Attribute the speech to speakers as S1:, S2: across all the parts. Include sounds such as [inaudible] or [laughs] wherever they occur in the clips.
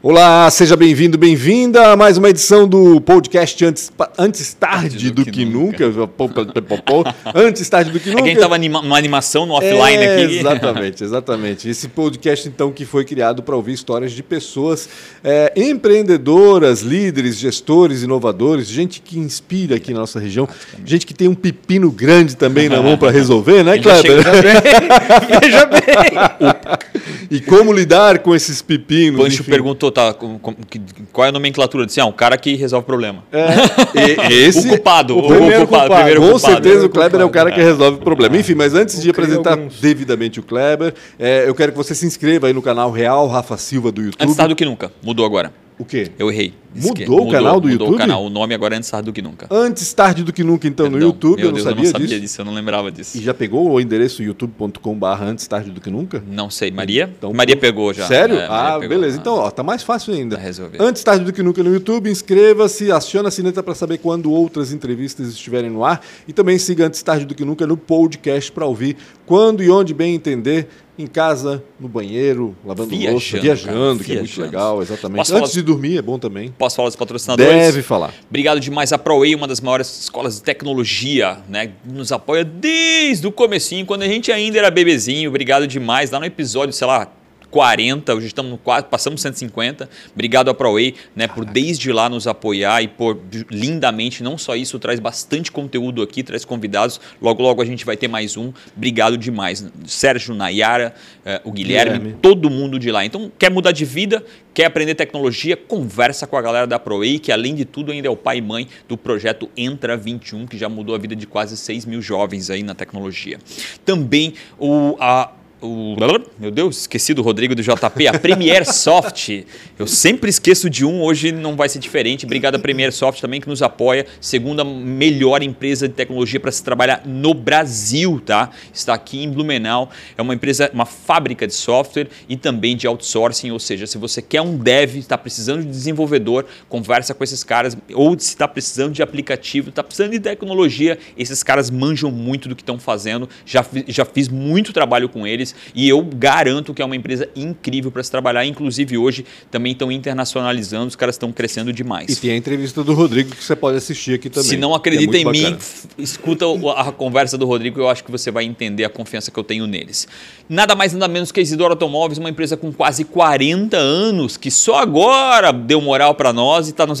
S1: Olá, seja bem-vindo, bem-vinda a mais uma edição do podcast Antes, antes Tarde do, que, nunca.
S2: [laughs]
S1: antes Tarde do que Nunca.
S2: É que a gente tava anima numa animação no offline
S1: É,
S2: aqui. [laughs]
S1: Exatamente, exatamente. Esse podcast, então, que foi criado para ouvir histórias de pessoas é, empreendedoras, líderes, gestores, inovadores, gente que inspira aqui na nossa região, gente que tem um pepino grande também na mão para resolver,
S2: [laughs]
S1: né,
S2: Ele já
S1: Kleber?
S2: chega- [laughs]
S1: Veja bem. e como lidar com esses pepinos?
S2: O Pancho
S1: enfim.
S2: perguntou, tá, com- com- que- qual é a nomenclatura? Eu Disse, ah, o cara que resolve o problema.
S1: É, E- esse-
S2: É. [laughs] O culpado,
S1: O
S2: o
S1: primeiro
S2: culpado,
S1: culpado.
S2: o primeiro
S1: Com
S2: culpado.
S1: certeza o
S2: Primeiro
S1: Kleber é o cara que resolve o problema. Enfim, mas antes de
S3: Eu criei
S1: apresentar
S3: alguns.
S1: devidamente o Kleber, é, eu quero que você se inscreva aí no canal Real Rafa Silva do YouTube.
S2: Antes tarde do que nunca. Mudou agora.
S1: O quê?
S2: Eu errei. Esque-
S1: Mudou o canal do
S2: mudou
S1: YouTube?
S2: o canal. O nome agora é Antes tarde do que nunca.
S1: Antes tarde do que nunca, então, no
S2: Perdão.
S1: YouTube.
S2: Meu
S1: eu não
S2: Deus,
S1: sabia,
S2: eu não sabia
S1: disso.
S2: disso. Eu não lembrava disso.
S1: E já pegou o endereço youtube.com.br antes tarde do que nunca?
S2: Não sei. Maria?
S1: Então,
S2: Maria
S1: pô,
S2: pegou já.
S1: Sério?
S2: É, Maria
S1: ah,
S2: pegou.
S1: beleza.
S2: Ah.
S1: Então, ó, tá mais fácil ainda.
S2: Tá resolvido.
S1: Antes tarde do que nunca no YouTube, inscreva-se, acione a sineta para saber quando outras entrevistas estiverem no ar e também siga antes tarde do que nunca no podcast para ouvir quando e onde bem entender. Em casa, no banheiro, lavando
S2: Viajando,
S1: louça,
S2: cara,
S1: viajando, que é muito
S2: viajando.
S1: legal, exatamente.
S2: Posso falar
S1: Antes de dormir é bom também.
S2: Posso falar dos patrocinadores?
S1: Deve falar.
S2: Obrigado demais à ProWay, uma das maiores escolas de tecnologia, né? Nos apoia desde o comecinho, quando a gente ainda era bebezinho. Obrigado demais. Lá no episódio, sei lá, 40, hoje estamos no quase, passamos 150. Obrigado à ProWay, né, por desde lá nos apoiar e por lindamente, não só isso, traz bastante conteúdo aqui, traz convidados. Logo logo a gente vai ter mais um. Obrigado demais. Sérgio, Nayara, eh, o Guilherme,
S1: Guilherme.
S2: todo mundo de lá. Então, quer mudar de vida, quer aprender tecnologia, conversa com a galera da ProEI, que além de tudo ainda é o pai e mãe do projeto Entra 21, que já mudou a vida de quase 6 mil jovens aí na tecnologia. Também o... A, o- meu Deus, esqueci do Rodrigo do JP, a Premier Soft. Eu sempre esqueço de um, hoje não vai ser diferente. Obrigado a Premier Soft também que nos apoia, segunda melhor empresa de tecnologia para se trabalhar no Brasil, tá? Está aqui em Blumenau, é uma empresa, uma fábrica de software e também de outsourcing, ou seja, se você quer um dev, está precisando de desenvolvedor, conversa com esses caras, ou se está precisando de aplicativo, está precisando de tecnologia, esses caras manjam muito do que estão fazendo, já, fi- já fiz muito trabalho com eles e eu garanto que é uma empresa incrível para se trabalhar, inclusive hoje também estão internacionalizando, os caras estão crescendo demais.
S1: E tem a entrevista do Rodrigo que você pode assistir aqui também.
S2: Se não
S1: que é
S2: acredita em
S1: muito
S2: mim,
S1: bacana.
S2: f- escuta o- a conversa do Rodrigo, eu acho que você vai entender a confiança que eu tenho neles. Nada mais nada menos que a Isidoro Automóveis, uma empresa com quase 40 anos, que só agora deu moral para nós e está nos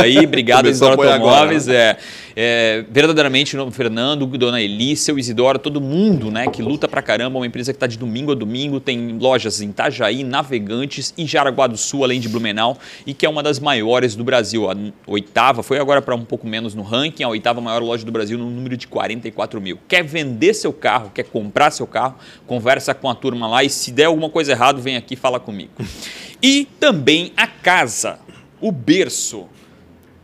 S1: [laughs]
S2: aí. Obrigado,
S1: Começou a
S2: Isidoro
S1: apoiar agora,
S2: Automóveis. É, é, verdadeiramente, o Fernando, Dona Elícia, o Isidoro, todo mundo, né, que luta pra caramba, uma empresa que tá de domingo a domingo, tem lojas em Itajaí, Navegantes e Jaraguá do Sul, além de Blumenau, e que é uma das maiores do Brasil. A oitava, foi agora para um pouco menos no ranking, a oitava maior loja do Brasil no número de 44 mil. Quer vender seu carro, quer comprar seu carro, conversa com a turma lá e se der alguma coisa errada, vem aqui e fala comigo. E também a casa, o berço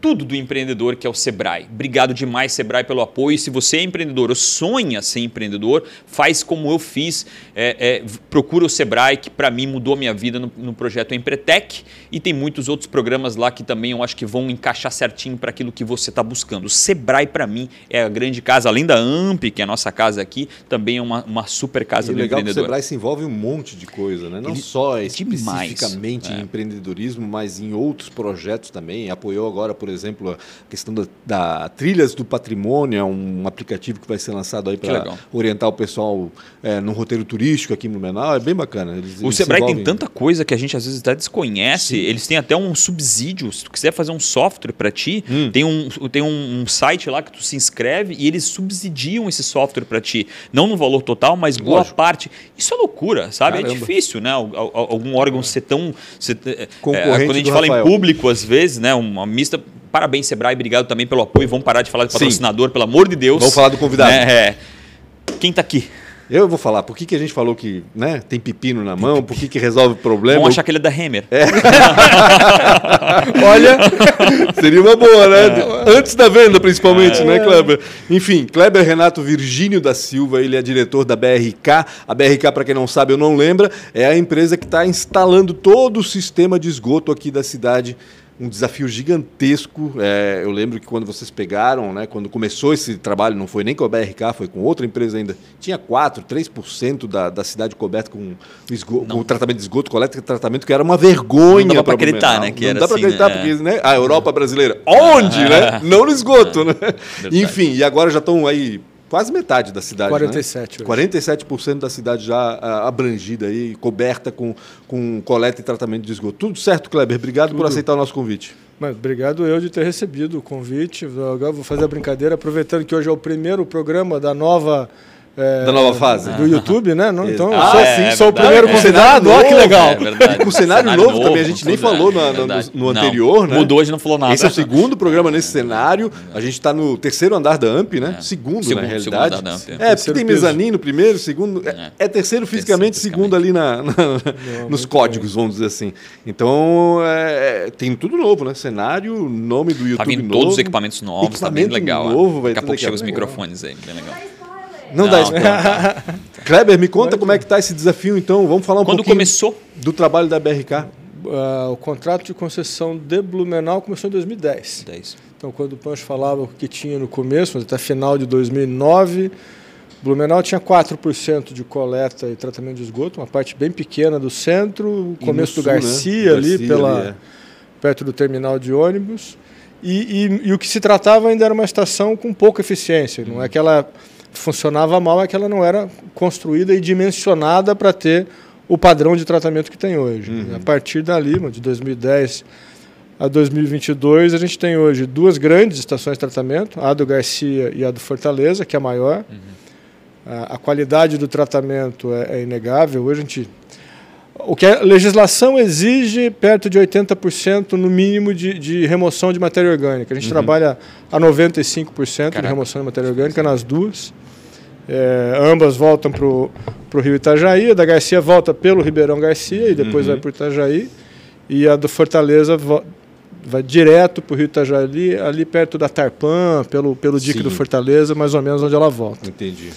S2: tudo do empreendedor que é o Sebrae. Obrigado demais, Sebrae, pelo apoio. E se você é empreendedor ou sonha ser empreendedor, faz como eu fiz. É, é, v- procura o Sebrae, que para mim mudou a minha vida no, no projeto Empretec. E tem muitos outros programas lá que também eu acho que vão encaixar certinho para aquilo que você está buscando. O Sebrae, para mim, é a grande casa. Além da AMP, que é a nossa casa aqui, também é uma, uma super casa
S1: E o
S2: do
S1: legal é que o
S2: empreendedor.
S1: Sebrae se envolve em um monte de coisa, né? Não
S2: Ele- é
S1: só
S2: demais, É.
S1: especificamente em empreendedorismo, mas em outros projetos também. Apoiou agora, por exemplo, a questão da, da Trilhas do Patrimônio, é um aplicativo que vai ser lançado aí
S2: Que
S1: para
S2: legal.
S1: orientar o pessoal é, num roteiro turístico aqui em Blumenau. É bem bacana. Eles-
S2: O
S1: eles se
S2: Sebrae tem
S1: envolvem-
S2: tanta coisa que a gente às vezes até desconhece. Eles têm até um subsídio. Se tu quiser fazer um software para ti,
S1: Hum.
S2: tem, um, tem um, um site lá que tu se inscreve e eles subsidiam esse software para ti. Não no valor total, mas boa
S1: Lógico.
S2: parte. Isso é loucura, sabe? É
S1: Caramba.
S2: difícil, né? Al- al- Algum órgão ser tão. ser- é,
S1: Concorrente
S2: quando a gente
S1: do
S2: fala
S1: Rafael.
S2: em público, às vezes, né? Uma mista. Parabéns, Sebrae. Obrigado também pelo apoio. Vamos parar de falar de
S1: Sim.
S2: patrocinador, pelo amor de Deus.
S1: Vamos falar do convidado.
S2: Né? É. Quem tá aqui?
S1: Eu vou falar, por que, que a gente falou que né, tem pepino na mão, por que, que resolve problema?
S2: Vamos achar que ele é da Hammer.
S1: [laughs] Olha, seria uma boa, né? Antes da venda, principalmente, né, Kleber? Enfim, Kleber Renato Virgínio da Silva, ele é diretor da BRK. A BRK, para quem não sabe ou tá não lembra, é a empresa que está instalando todo o sistema de esgoto aqui da cidade. um desafio gigantesco. É, eu lembro que quando vocês pegaram, né, quando começou esse trabalho, não foi nem com a BRK, foi com outra empresa ainda, tinha 4, 3% da, da cidade coberta com, esgo- com o tratamento de esgoto, coleta e tratamento, que era uma vergonha.
S2: Não dá
S1: pra
S2: pra acreditar,
S1: Blumenau.
S2: né, que
S1: não
S2: era
S1: dá para
S2: assim,
S1: acreditar,
S2: né?
S1: porque né, a Europa
S2: [laughs]
S1: brasileira, onde, né? Não no esgoto, né?
S2: É,
S1: Enfim, e agora já estão aí quase metade da cidade.
S3: 47
S1: né?
S3: hoje.
S1: 47% da cidade já ah, abrangida aí, coberta com, com coleta e tratamento de esgoto. Tudo certo, Kleber? Obrigado por aceitar o nosso convite.
S3: Mas obrigado eu de ter recebido o convite. Agora vou fazer a brincadeira, aproveitando que hoje é o primeiro programa da nova. eh,
S1: Da nova fase.
S3: Do YouTube, né? Não, então, eu
S1: Ah,
S3: sou,
S2: é,
S3: sou o
S2: verdade,
S3: primeiro
S2: é.
S1: [laughs]
S3: convidado. Olha que legal.
S2: É verdade.
S1: E com o cenário novo também, a gente nem
S2: tudo,
S1: falou
S2: é,
S1: na- na-
S2: verdade.
S1: no- no
S2: Não,
S1: anterior, né?
S2: Mudou, a gente não falou nada.
S1: Esse é o segundo programa nesse cenário. A gente está no terceiro andar da AMP, né? Segundo,
S2: É. Segundo-
S1: na
S2: segundo
S1: realidade.
S2: andar da AMP, é.
S1: é, porque
S3: Terceiro
S1: tem
S3: piso.
S1: mezanino primeiro, segundo. É, é terceiro fisicamente, segundo ali na, na- nos códigos, vamos dizer assim. Então, é, é, tem tudo novo, né? Cenário, nome do YouTube
S2: Tá vindo
S1: novo.
S2: todos os equipamentos novos, tá bem
S1: Equipamento
S2: legal. ó.
S1: novo, vai Um
S2: Daqui a
S1: ter
S2: pouco
S1: daqui a
S2: chega os
S1: pouco.
S2: microfones aí, bem legal.
S1: Não,
S2: Não,
S1: dá
S2: pô,
S1: spoiler. [laughs] Kleber, me conta como é que tá esse desafio, então. Vamos falar um
S2: Quando
S1: pouquinho
S2: começou?
S1: do trabalho da BRK.
S3: Ah, o contrato de concessão de Blumenau começou em 2010. Então, quando o Pancho falava o que tinha no começo, mas até final de 2009, Blumenau tinha 4% de coleta e tratamento de esgoto, uma parte bem pequena do centro, o
S1: E
S3: começo
S1: no
S3: do
S1: sul, né?
S3: Garcia, ali,
S1: Garcia,
S3: pela,
S1: ali, é.
S3: perto do terminal de ônibus. E, e- e o que se tratava ainda era uma estação com pouca eficiência. Não é que ela funcionava mal, é que ela não era construída e dimensionada para ter o padrão de tratamento que tem hoje. E A partir dali, mano, de 2010 a 2022, a gente tem hoje duas grandes estações de tratamento, a do Garcia e a do Fortaleza, que é a maior. A, a qualidade do tratamento é, é inegável. Hoje a gente. O que a legislação exige, perto de 80% no mínimo de, de remoção de matéria orgânica. A gente trabalha a 95% de remoção de matéria orgânica nas duas. É, ambas voltam para o Rio Itajaí, a da Garcia volta pelo Ribeirão Garcia e depois vai para o Itajaí. E a do Fortaleza vo- vai direto para o Rio Itajaí, ali, ali perto da Tarpan, pelo, pelo dique
S1: Sim.
S3: do Fortaleza, mais ou menos onde ela volta.
S1: Entendi.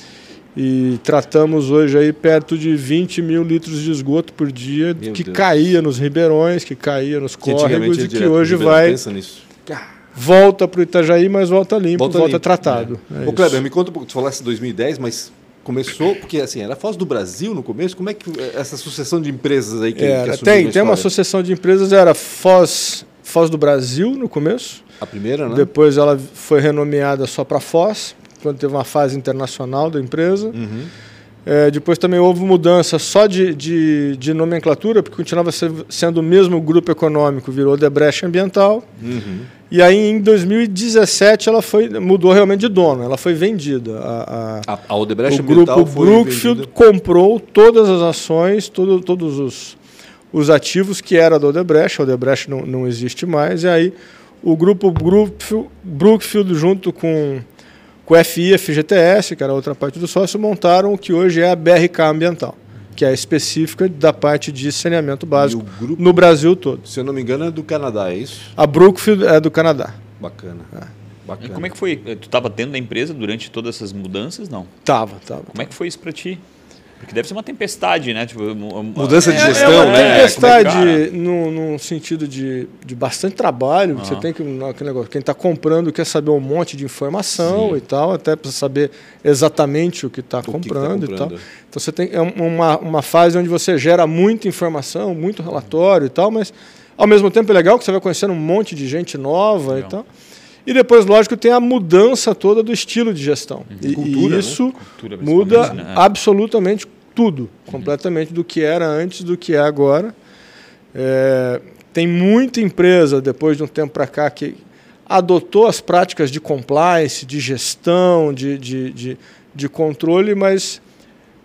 S3: E tratamos hoje aí perto de 20 mil litros de esgoto por dia
S1: Meu
S3: que
S1: Deus.
S3: caía nos ribeirões, que caía nos
S1: Que antigamente
S3: córregos
S1: ia
S3: e que
S1: direto,
S3: hoje
S1: Ribeirão,
S3: vai,
S1: Pensa nisso.
S3: volta para o Itajaí, mas volta limpo, volta,
S1: limpo.
S3: tratado. É
S1: Ô,
S3: isso.
S1: Kleber, me conta um pouco, tu falasse de 2010, mas começou, porque assim, era a Foz do Brasil no começo, como é que eh, essa sucessão de empresas aí que,
S3: Era,
S1: que assumiram
S3: É, tem,
S1: a
S3: tem
S1: história?
S3: uma associação de empresas, era Foz, Foz do Brasil no começo,
S1: A primeira, né?
S3: depois ela foi renomeada só para Foz, quando teve uma fase internacional da empresa.
S1: Uhum.
S3: É, depois também houve mudança só de, de, de nomenclatura, porque continuava se- sendo o mesmo grupo econômico, virou Debreche Ambiental.
S1: Uhum.
S3: E aí em 2017 ela foi mudou realmente de dono, ela foi vendida. A, a-
S1: A, a Odebrecht
S3: o
S1: Ambiental
S3: grupo
S1: foi
S3: Brookfield
S1: vendida-
S3: comprou todas as ações, todo- todos os, os ativos que era da Odebrecht, a Odebrecht não, não existe mais, e aí o grupo Brookfield, Brookfield junto com, com o FI e FGTS, que era outra parte do sócio, montaram o que hoje é a BRK Ambiental, que é específica da parte de
S1: E
S3: saneamento
S1: o
S3: básico
S1: grupo,
S3: no Brasil todo.
S1: se eu não me engano, é do Canadá, é isso?
S3: A Brookfield é do Canadá.
S1: Bacana.
S2: E
S1: Bacana.
S2: como é que foi? Tu estava dentro da empresa durante todas essas mudanças? Não.
S3: Tava, tava.
S2: Como é que foi isso para ti? Porque deve ser uma tempestade, né? Tipo,
S1: Mudança de
S3: É,
S1: gestão,
S3: é uma
S1: né?
S3: tempestade
S2: Como é que-
S3: no, no sentido de, de bastante trabalho.
S1: Ah.
S3: Você tem que. não, aquele negócio, quem está comprando quer saber um monte de informação e tal, até para saber exatamente o que está
S1: que que tá
S3: comprando, e tal.
S1: comprando.
S3: Então você tem é uma, uma fase onde você gera muita informação, muito relatório e tal, mas ao mesmo tempo é legal que você vai conhecendo um monte de gente nova e tal. E depois, lógico, tem a mudança toda do estilo de gestão. E, e
S1: Cultura, né?
S3: isso
S2: Cultura,
S3: muda
S2: principalmente, né?
S3: absolutamente tudo, completamente do que era antes do que é agora. É, tem muita empresa, depois de um tempo para cá, que adotou as práticas de compliance, de gestão, de, de, de, de controle, mas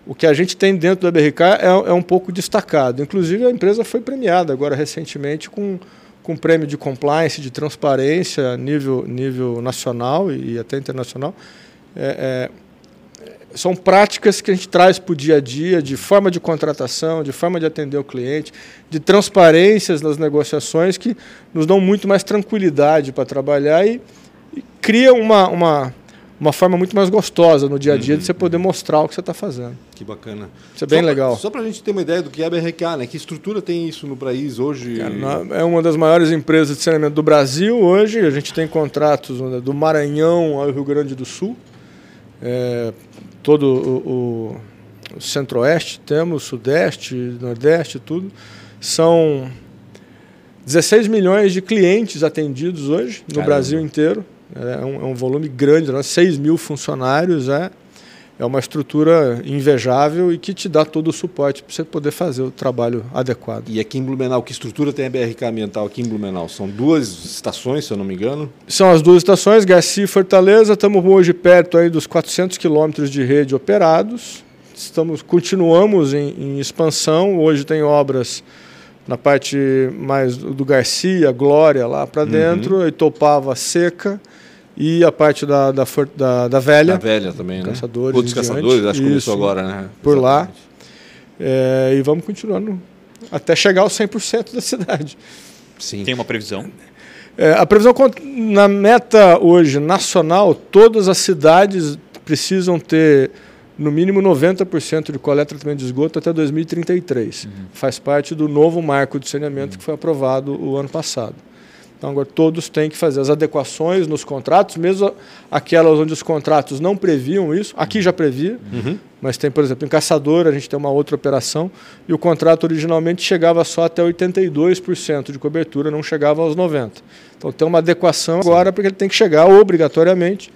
S3: o que a gente tem dentro da BRK é, é um pouco destacado. Inclusive, a empresa foi premiada agora recentemente com com prêmio de compliance, de transparência, nível, nível nacional e, e até internacional. É, é, são práticas que a gente traz para o dia a dia, de forma de contratação, de forma de atender o cliente, de transparências nas negociações que nos dão muito mais tranquilidade para trabalhar e, e cria uma, uma, uma forma muito mais gostosa no dia a dia de você poder mostrar o que você está fazendo.
S1: Que bacana.
S3: Isso é bem
S1: Só pra-
S3: legal.
S1: só para a gente ter uma ideia do que é a BRK, né? Que estrutura tem isso no país hoje?
S3: Cara, nó- É uma das maiores empresas de saneamento do Brasil hoje. A gente tem contratos né, do Maranhão ao Rio Grande do Sul, é, todo o, o- o Centro-Oeste, temos Sudeste, Nordeste, tudo. São 16 milhões de clientes atendidos hoje no
S2: Caramba.
S3: Brasil inteiro. É um, é um volume grande, né? 6 mil funcionários. É, é uma estrutura invejável e que te dá todo o suporte para você poder fazer o trabalho adequado.
S1: E aqui em Blumenau, que estrutura tem a BRK ambiental aqui em Blumenau? São duas estações, se eu não me engano.
S3: São as duas estações, Garcia e Fortaleza. Estamos hoje perto aí dos 400 quilômetros de rede operados. Estamos, continuamos em, em expansão. Hoje tem obras na parte mais do do Garcia, Glória lá para dentro, Itopava Seca e a parte da, da, For- da- da
S1: A
S3: Velha.
S1: velha também, né?
S3: Caçadores
S1: Outros
S3: em diante.
S1: caçadores, acho que começou
S3: Isso.
S1: agora, né?
S3: Por lá.
S1: Exatamente.
S3: É, e vamos continuando até chegar aos 100% da [laughs] cidade.
S1: Sim.
S2: Tem uma previsão.
S3: É, a previsão cont- na meta hoje nacional, todas as cidades precisam ter no mínimo 90% de coleta e tratamento de esgoto até 2033. Faz parte do novo marco de saneamento que foi aprovado o ano passado. Então agora todos têm que fazer as adequações nos contratos, mesmo a- aquelas onde os contratos não previam isso. Aqui já previa,
S2: Uhum.
S3: mas tem, por exemplo, em Caçador a gente tem uma outra operação e o contrato originalmente chegava só até 82% de cobertura, não chegava aos 90%. Então tem uma adequação agora porque ele tem que chegar obrigatoriamente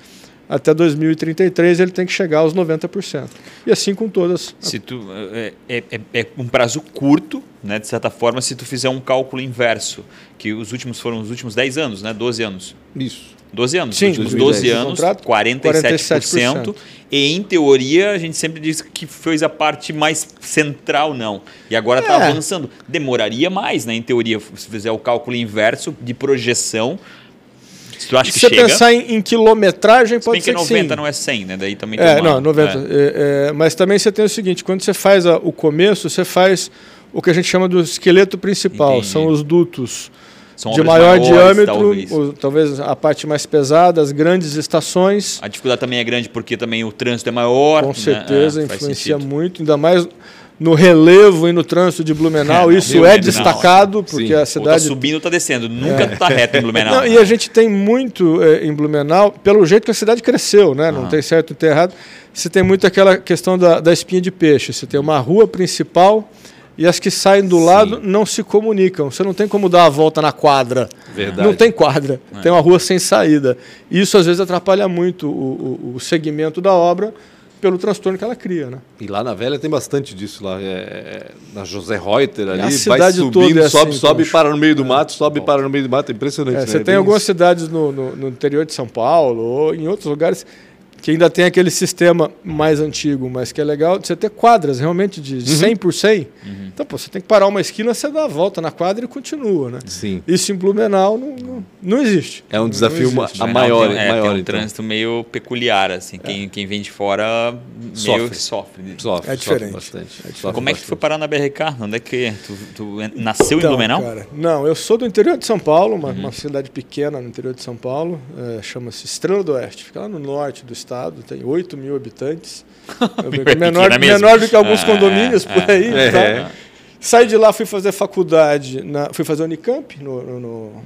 S3: até 2033 ele tem que chegar aos 90%. E assim com todas.
S2: Se tu, é, é- é- é um prazo curto, né? De certa forma, se tu fizer um cálculo inverso, que os últimos foram os últimos 10 anos, né? 12 anos.
S1: Isso.
S2: 12 anos.
S3: Sim,
S2: Os últimos
S1: 2010.
S2: 12 anos,
S3: Contrato,
S2: 47%, E em teoria, a gente sempre diz que fez a parte mais central, não. E agora está
S3: É.
S2: avançando. Demoraria mais, né? Em teoria, se fizer o cálculo inverso de projeção, se tu acha
S3: Se
S2: que
S3: você
S2: chega.
S3: pensar em, em quilometragem,
S2: se bem
S3: pode
S2: que
S3: ser que
S2: 90
S3: sim.
S2: não é 100, né? Daí também
S3: É,
S2: tem uma-
S3: não,
S2: é.
S3: 90. É, é, mas também você tem o seguinte: quando você faz a- o começo, você faz o que a gente chama do esqueleto principal,
S2: Entendi.
S3: são os dutos
S2: São
S3: de
S2: obras
S3: maior
S2: maiores,
S3: diâmetro,
S2: talvez.
S3: ou talvez a parte mais pesada, as grandes estações.
S2: A dificuldade também é grande porque também o trânsito é maior.
S3: Com
S2: né?
S3: certeza,
S2: É, faz
S3: influencia
S2: sentido.
S3: muito, ainda mais no relevo e no trânsito de Blumenau.
S2: [laughs] É, não,
S3: isso
S2: Blumenau,
S3: é destacado, porque
S1: Sim.
S3: a
S2: Ou tá
S3: cidade.
S2: subindo ou tá descendo. Nunca tu tá reto em Blumenau.
S3: É. Não, e a gente tem muito eh, em Blumenau, pelo jeito que a cidade cresceu, né? Não tem certo e tem errado. Você tem muito aquela questão da, da espinha de peixe. Você tem uma rua principal e as que saem do lado não se comunicam. Você não tem como dar a volta na quadra.
S1: Verdade.
S3: Não tem quadra. Tem uma rua sem saída. Isso às vezes atrapalha muito o, o- o segmento da obra pelo transtorno que ela cria, né?
S1: E lá na velha tem bastante disso lá. É, é, na José Reuter ali,
S3: a
S1: vai
S3: cidade
S1: subindo,
S3: toda é assim,
S1: sobe,
S3: então,
S1: sobe,
S3: acho.
S1: para no meio do mato, sobe, para no meio do mato. É impressionante.
S3: É,
S1: né?
S3: você
S1: É
S3: tem
S1: bem
S3: algumas
S1: isso.
S3: cidades no, no- no interior de São Paulo ou em outros lugares que ainda tem aquele sistema mais antigo, mas que é legal de você ter quadras realmente de
S1: Uhum.
S3: 100 por 100. Então, pô, você tem que parar uma esquina, você dá a volta na quadra e continua, né?
S1: Sim. Uhum.
S3: Isso em Blumenau não, não, não existe.
S1: É um desafio
S3: existe. né?
S1: ma- a
S2: Blumenau
S1: maior,
S2: tem, é,
S1: maior
S2: tem um
S1: então.
S2: trânsito meio peculiar, assim. Quem, quem vem de fora meio
S1: Sofre.
S2: que sofre. né?
S1: Sofre,
S3: É
S1: sofre
S3: diferente.
S1: bastante. Sofre
S2: Como é que tu foi
S1: bastante.
S2: parar na BRK? Onde é que tu, tu nasceu
S3: Então,
S2: em Blumenau?
S3: cara, não, eu sou do interior de São Paulo, uma, uma cidade pequena no interior de São Paulo, é, chama-se Estrela do Oeste, fica lá no norte do estado, tem 8 mil
S2: [laughs]
S3: habitantes, Eu brinco,
S2: É
S3: menor,
S2: pequena mesmo.
S3: menor do que alguns
S2: Ah,
S3: condomínios por aí.
S1: é.
S2: então?
S3: tá?
S1: É.
S3: Saí de lá, fui fazer faculdade, na- fui fazer Unicamp, no- no-
S2: Uhum.
S3: no-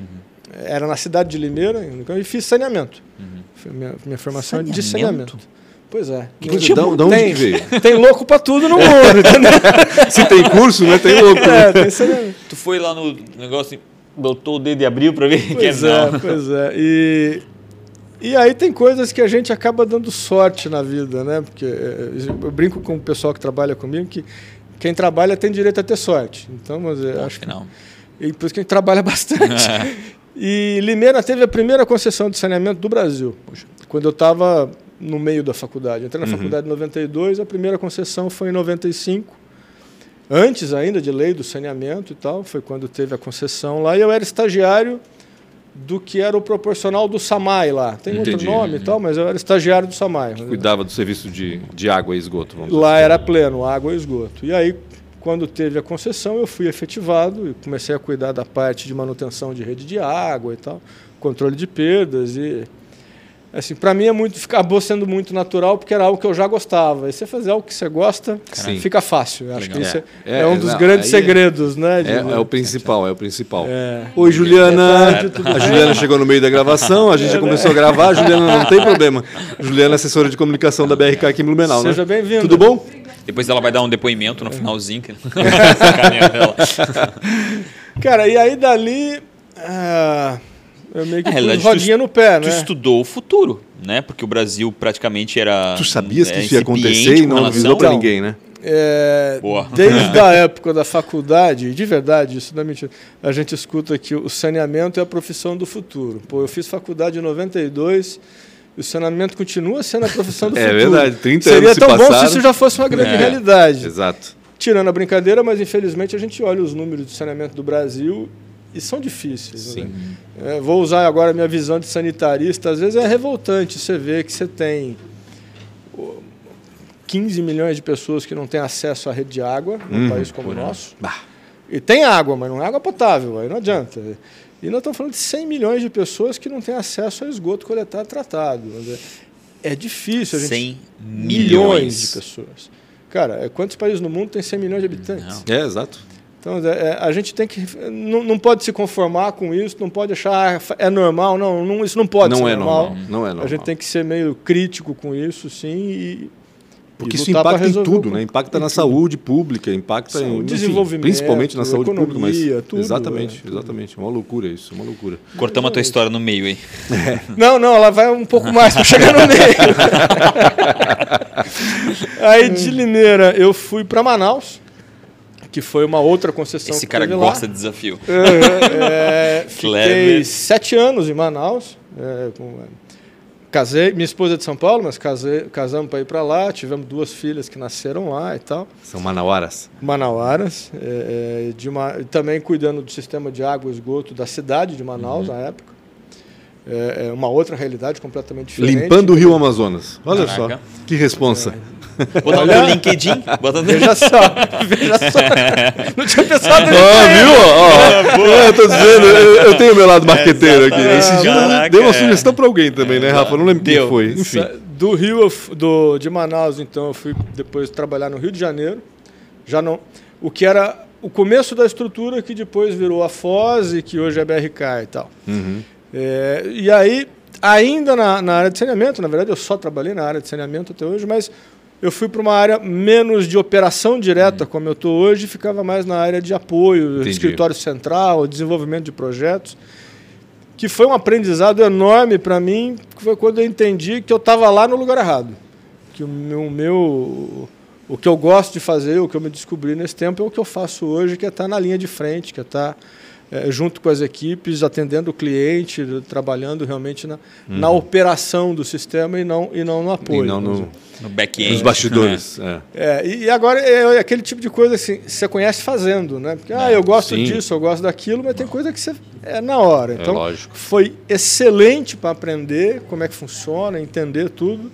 S3: era na cidade de Limeira, em Unicamp, e fiz saneamento.
S2: Uhum.
S3: Foi minha, minha formação é de
S2: Saneamento?
S3: saneamento. Pois é.
S1: Que que- da- da onde
S3: tem,
S1: que veio?
S3: tem louco pra tudo no
S2: [laughs]
S3: mundo, entendeu?
S1: Se tem curso, né? Tem outro.
S3: [laughs] É, tem saneamento.
S2: Tu foi lá no negócio, botou o dedo e abriu pra ver [laughs] que é
S3: Pois é,
S2: não.
S3: pois é. E, e aí tem coisas que a gente acaba dando sorte na vida, né? Porque eh, eu brinco com o pessoal que trabalha comigo que quem trabalha tem direito a ter sorte. Então, mas eu acho que
S2: Não.
S3: e por isso que a gente trabalha [laughs] bastante.
S1: É.
S3: e Limeira teve a primeira concessão de saneamento do Brasil. Quando eu estava no meio da faculdade. Eu Entrei
S1: Uhum.
S3: na faculdade em 92, a primeira concessão foi em 95. Antes ainda de lei do saneamento e tal, foi quando teve a concessão lá. E eu era estagiário do que era o proporcional do SAMAI lá. Tem
S1: Entendi.
S3: outro nome e tal, mas eu era estagiário do SAMAI.
S1: Cuidava do serviço de, de água e esgoto. Vamos dizer.
S3: Lá era pleno, água e esgoto. E aí, quando teve a concessão, eu fui efetivado e comecei a cuidar da parte de manutenção de rede de água e tal, controle de perdas e Assim, para mim é muito acabou sendo muito natural porque era algo que eu já gostava. E você fazer algo que você gosta,
S1: Sim.
S3: fica fácil. Eu Acho
S2: Legal.
S3: que isso é,
S1: É,
S3: é um dos
S1: não,
S3: grandes
S1: aí é-
S3: segredos, né? de-
S1: É, é o principal, é o principal.
S3: É.
S1: Oi, Juliana.
S3: Boa tarde, tudo
S1: A
S3: bem? É
S1: Juliana chegou no meio da gravação, a gente já começou a gravar. Juliana, não tem problema. Juliana, é assessora de comunicação da BRK aqui em Blumenau, né?
S3: Seja bem-vinda.
S1: Tudo bom?
S2: Depois ela vai dar um depoimento
S3: É.
S2: no finalzinho.
S3: [laughs]
S2: Que... [laughs] Sacaneando ela.
S3: Cara, e aí dali ah, eu meio que
S1: É,
S2: Na
S3: pus
S2: realidade, tu
S3: rodinha
S2: es-
S3: no pé,
S2: Tu
S3: né?
S2: estudou o futuro, né? Porque o Brasil praticamente era.
S1: Tu sabias que
S2: é,
S1: isso ia
S2: incipiente
S1: acontecer e
S2: com
S1: não
S2: relação-
S1: avisou pra
S3: Então,
S1: ninguém, né?
S3: É,
S2: Boa.
S1: [laughs]
S3: desde a época da faculdade, de verdade, isso não é mentira, a gente escuta que o saneamento é a profissão do futuro. Pô, eu fiz faculdade em 92 e o saneamento continua sendo a profissão
S1: [laughs]
S3: do
S1: É
S3: futuro.
S1: verdade, 30
S3: Seria
S1: anos se
S3: tão bom
S1: passaram.
S3: se isso já fosse uma grande
S2: É.
S3: realidade.
S1: Exato.
S3: Tirando a brincadeira, mas infelizmente a gente olha os números de saneamento do Brasil e são difíceis. né? É, vou usar agora a minha visão de sanitarista. Às vezes é revoltante você ver que você tem ô, 15 milhões de pessoas que não têm acesso à rede de água num país como o nosso.
S1: Bah.
S3: E tem água, mas não é água potável, aí não adianta. E nós estamos falando de 100 milhões de pessoas que não têm acesso ao esgoto coletado e tratado. É difícil a gente
S2: 100
S3: milhões de
S2: milhões.
S3: pessoas. Cara, é, quantos países no mundo tem 100 milhões de habitantes?
S2: Não.
S1: É, exato.
S3: Então, é, é, a gente tem que. Não, não pode se conformar com isso, não pode achar ah, é normal, não, não isso não pode
S1: não
S3: ser
S1: é normal.
S3: normal.
S1: Não é normal.
S3: A gente tem que ser meio crítico com isso, sim, e.
S1: Porque
S3: e
S1: isso
S3: lutar pra
S1: impacta em
S3: resolver
S1: tudo,
S3: o-
S1: né? Impacta na saúde pública, impacta
S3: Saúde,
S1: em enfim,
S3: desenvolvimento,
S1: principalmente na saúde
S3: economia,
S1: pública, mas
S3: tudo,
S1: exatamente,
S3: é, tudo.
S1: exatamente, uma loucura isso, uma loucura.
S2: Cortamos a tua história no meio, hein?
S3: Não, não, ela vai um pouco mais para
S1: [laughs]
S3: chegar no meio. Aí de Limeira eu fui para Manaus, que foi uma outra concessão.
S2: Esse
S3: que
S2: cara
S3: teve
S2: gosta de
S3: lá.
S2: desafio.
S3: É, é, fiquei
S2: Kleber.
S3: sete anos em Manaus. é, com- casei, minha esposa é de São Paulo, mas casei, casamos para ir para lá. Tivemos duas filhas que nasceram lá e tal.
S1: São manauaras.
S3: Manauaras, é, é, de uma- também cuidando do sistema de água e esgoto da cidade de Manaus na época. É, é uma outra realidade completamente diferente. né?
S1: Limpando o Rio Amazonas. Olha
S2: Caraca.
S1: só, que responsa.
S2: Bota no teu LinkedIn. Bota no...
S3: Veja só, [laughs] veja só. Não tinha pensado nisso.
S1: Ah,
S3: ainda.
S1: viu? Ó, ó. É, eu tô dizendo, eu, eu tenho meu lado marqueteiro aqui.
S2: Exatamente.
S1: Esse dia
S2: Caraca,
S1: deu uma
S2: é.
S1: sugestão pra alguém também, né, Rafa? Eu Não lembro quem
S2: Deu.
S1: foi. Enfim,
S3: Sa- é Do Rio, eu fu- do, de Manaus, então, eu fui depois trabalhar no Rio de Janeiro. Já não. O que era o começo da estrutura que depois virou a Foz e que hoje é BRK e tal.
S1: Uhum.
S3: É, e aí, ainda na, na área de saneamento, na verdade eu só trabalhei na área de saneamento até hoje, mas eu fui para uma área menos de operação direta, como eu estou hoje, e ficava mais na área de apoio,
S1: Uhum. Entendi.
S3: escritório central, desenvolvimento de projetos, que foi um aprendizado enorme para mim, que foi quando eu entendi que eu estava lá no lugar errado. Que o meu, o meu- o que eu gosto de fazer, o que eu me descobri nesse tempo, é o que eu faço hoje, que é estar na linha de frente, que é estar eh, junto com as equipes, atendendo o cliente, trabalhando realmente na, na operação do sistema e não, e não no apoio.
S1: Uhum. e não
S3: né?
S1: no-
S2: No back-end.
S1: nos bastidores. É.
S3: É, e e agora é aquele tipo de coisa assim, que você conhece fazendo, né? Porque, ah, eu gosto
S1: sim.
S3: disso, eu gosto daquilo, mas tem coisa que você é na hora. Então,
S1: lógico.
S3: foi excelente para aprender como é que funciona, entender tudo,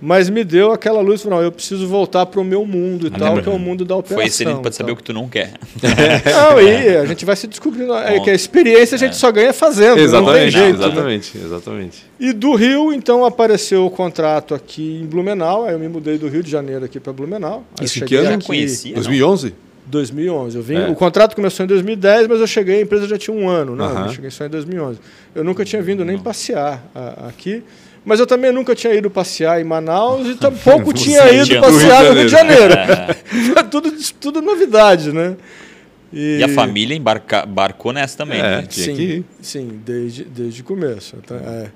S3: mas me deu aquela luz, não, eu preciso voltar para o meu mundo e tal, que é o mundo da operação. então.
S2: Foi excelente para
S3: e
S2: saber
S3: tal.
S2: o que tu não quer.
S3: Não, e a gente vai se descobrindo. É que a experiência a gente só ganha fazendo. não tem
S1: Exatamente,
S3: jeito, né?
S1: exatamente, exatamente.
S3: E do Rio, então, apareceu o contrato aqui em Blumenau. Aí eu me mudei do Rio de Janeiro aqui para Blumenau. Aí
S1: Isso em
S3: eu
S1: que
S3: cheguei
S1: ano?
S3: aqui-
S2: Conheci.
S1: 2011?
S3: 2011. Eu vim,
S1: É.
S3: O contrato começou em 2010, mas eu cheguei, a empresa já tinha um ano. Não,
S1: Aham.
S3: eu cheguei só em 2011. Eu nunca tinha vindo nem passear a- aqui. Mas eu também nunca tinha ido passear em Manaus e tampouco tinha
S2: tinha
S3: ido
S2: ido no
S3: passear no Rio de Janeiro.
S2: É.
S3: [laughs] tudo, tudo novidade, né?
S2: E a família embarca... embarcou nessa também.
S1: É.
S2: né?
S1: Tinha
S3: sim,
S1: que ir.
S3: Sim, desde, desde o começo. Então, é,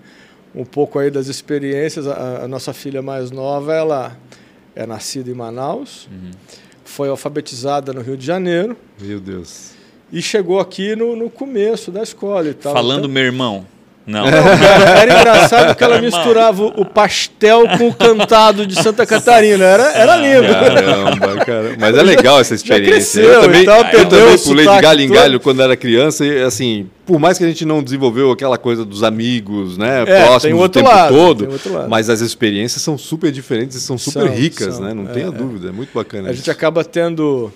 S3: um pouco aí das experiências. A, a nossa filha mais nova, ela é nascida em Manaus, foi alfabetizada no Rio de Janeiro
S1: Meu Deus.
S3: e chegou aqui no, no começo da escola e tal.
S2: Falando
S3: Então,
S2: meu irmão. Não.
S1: É.
S3: cara, era engraçado
S1: [laughs]
S3: que ela
S2: Irmão.
S3: misturava o pastel com o cantado de Santa Catarina. Era,
S1: Ah,
S3: era lindo.
S1: Caramba, cara. Mas é legal essa experiência.
S3: cresceu,
S1: eu também,
S3: então
S1: eu
S3: perdeu
S1: também
S3: o
S1: pulei de
S3: sotaque
S1: galho em
S3: todo.
S1: galho quando era criança e, assim, por mais que a gente não desenvolveu aquela coisa dos amigos, né,
S3: É, tem
S1: próximos
S3: o
S1: o
S3: outro
S1: tempo
S3: lado,
S1: todo,
S3: tem o outro lado.
S1: mas as experiências são super diferentes e são super
S3: São,
S1: ricas,
S3: são,
S1: né? Não
S3: é,
S1: tenha
S3: é.
S1: dúvida, é muito bacana
S3: A
S1: isso.
S3: gente acaba tendo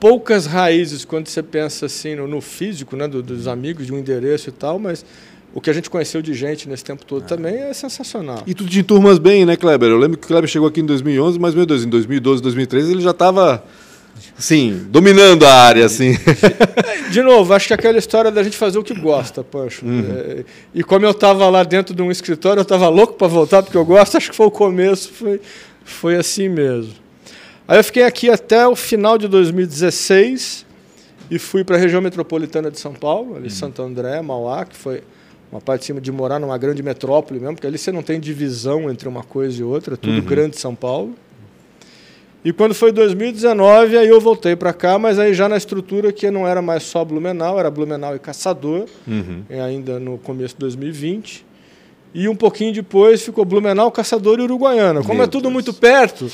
S3: poucas raízes quando você pensa assim no, no físico, né, do- dos amigos, de um endereço e tal, mas O que a gente conheceu de gente nesse tempo
S1: Ah.
S3: todo também é sensacional.
S1: E tudo de turmas bem, né, Kleber? Eu lembro que o Kleber chegou aqui em 2011, mas, meu Deus, em 2012, 2013, ele já estava, assim, dominando a área, assim.
S3: De novo, acho que aquela história da gente fazer o que gosta, Pancho. É, e como eu estava lá dentro de um escritório, eu estava louco para voltar, porque eu gosto, acho que foi o começo, foi, foi assim mesmo. Aí eu fiquei aqui até o final de 2016 e fui para a região metropolitana de São Paulo, ali Santo André, Mauá, que foi uma parte de cima de morar numa grande metrópole mesmo, porque ali você não tem divisão entre uma coisa e outra, é tudo grande São Paulo. E quando foi 2019, aí eu voltei para cá, mas aí já na estrutura que não era mais só Blumenau, era Blumenau e Caçador, é ainda no começo de 2020. E um pouquinho depois ficou Blumenau, Caçador e Uruguaiana. Como é tudo muito perto,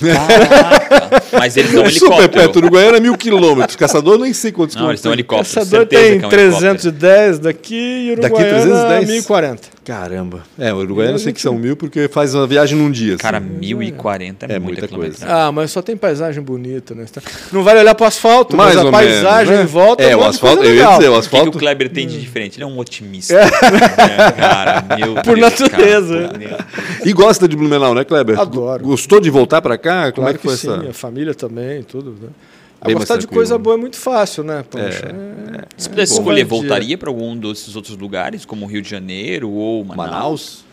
S1: [laughs]
S2: Mas eles dão um
S1: é super
S2: helicóptero.
S1: perto, Uruguaiana é mil quilômetros. Caçador, nem sei quantos
S2: Não, eles dão um
S1: quilômetros.
S2: helicóptero.
S3: Caçador
S2: certeza
S3: tem
S2: que é um helicóptero.
S3: 310 daqui e
S1: Daqui
S3: Uruguaiana
S1: 310?
S3: 1040.
S1: Caramba. É, o Uruguaiana eu sei que são mil, porque faz uma viagem num dia. assim.
S2: Cara, 1040 é,
S1: É muita
S2: muita,
S1: coisa.
S2: quilometragem.
S3: Ah, mas só tem paisagem bonita, né? Tá- Não vale olhar para asfalto,
S1: Mais
S3: mas
S1: ou
S3: a paisagem
S1: menos, né?
S3: em volta
S1: É,
S3: um
S1: o
S3: monte de coisa
S1: asfalto, eu ia
S3: legal.
S1: dizer, o
S2: O que, que
S1: asfalto.
S2: o Kleber tem de diferente? Ele é um otimista. né, cara,
S3: [laughs]
S2: meu
S3: Por
S2: Deus,
S3: natureza.
S2: cara, por Deus.
S1: E gosta de Blumenau, né, Kleber?
S3: Adoro.
S1: Gostou de voltar para cá? Como
S3: Claro
S1: é que foi
S3: sim,
S1: essa?
S3: a família também, tudo. Né? A
S1: Bem mais
S3: gostar de
S1: tranquilo,
S3: coisa
S1: né?
S3: boa é muito fácil, né? Poxa, é-
S2: Se pudesse
S3: bom.
S2: escolher,
S3: Bom dia.
S2: voltaria para algum desses outros lugares, como Rio de Janeiro ou Manaus?
S1: Manaus?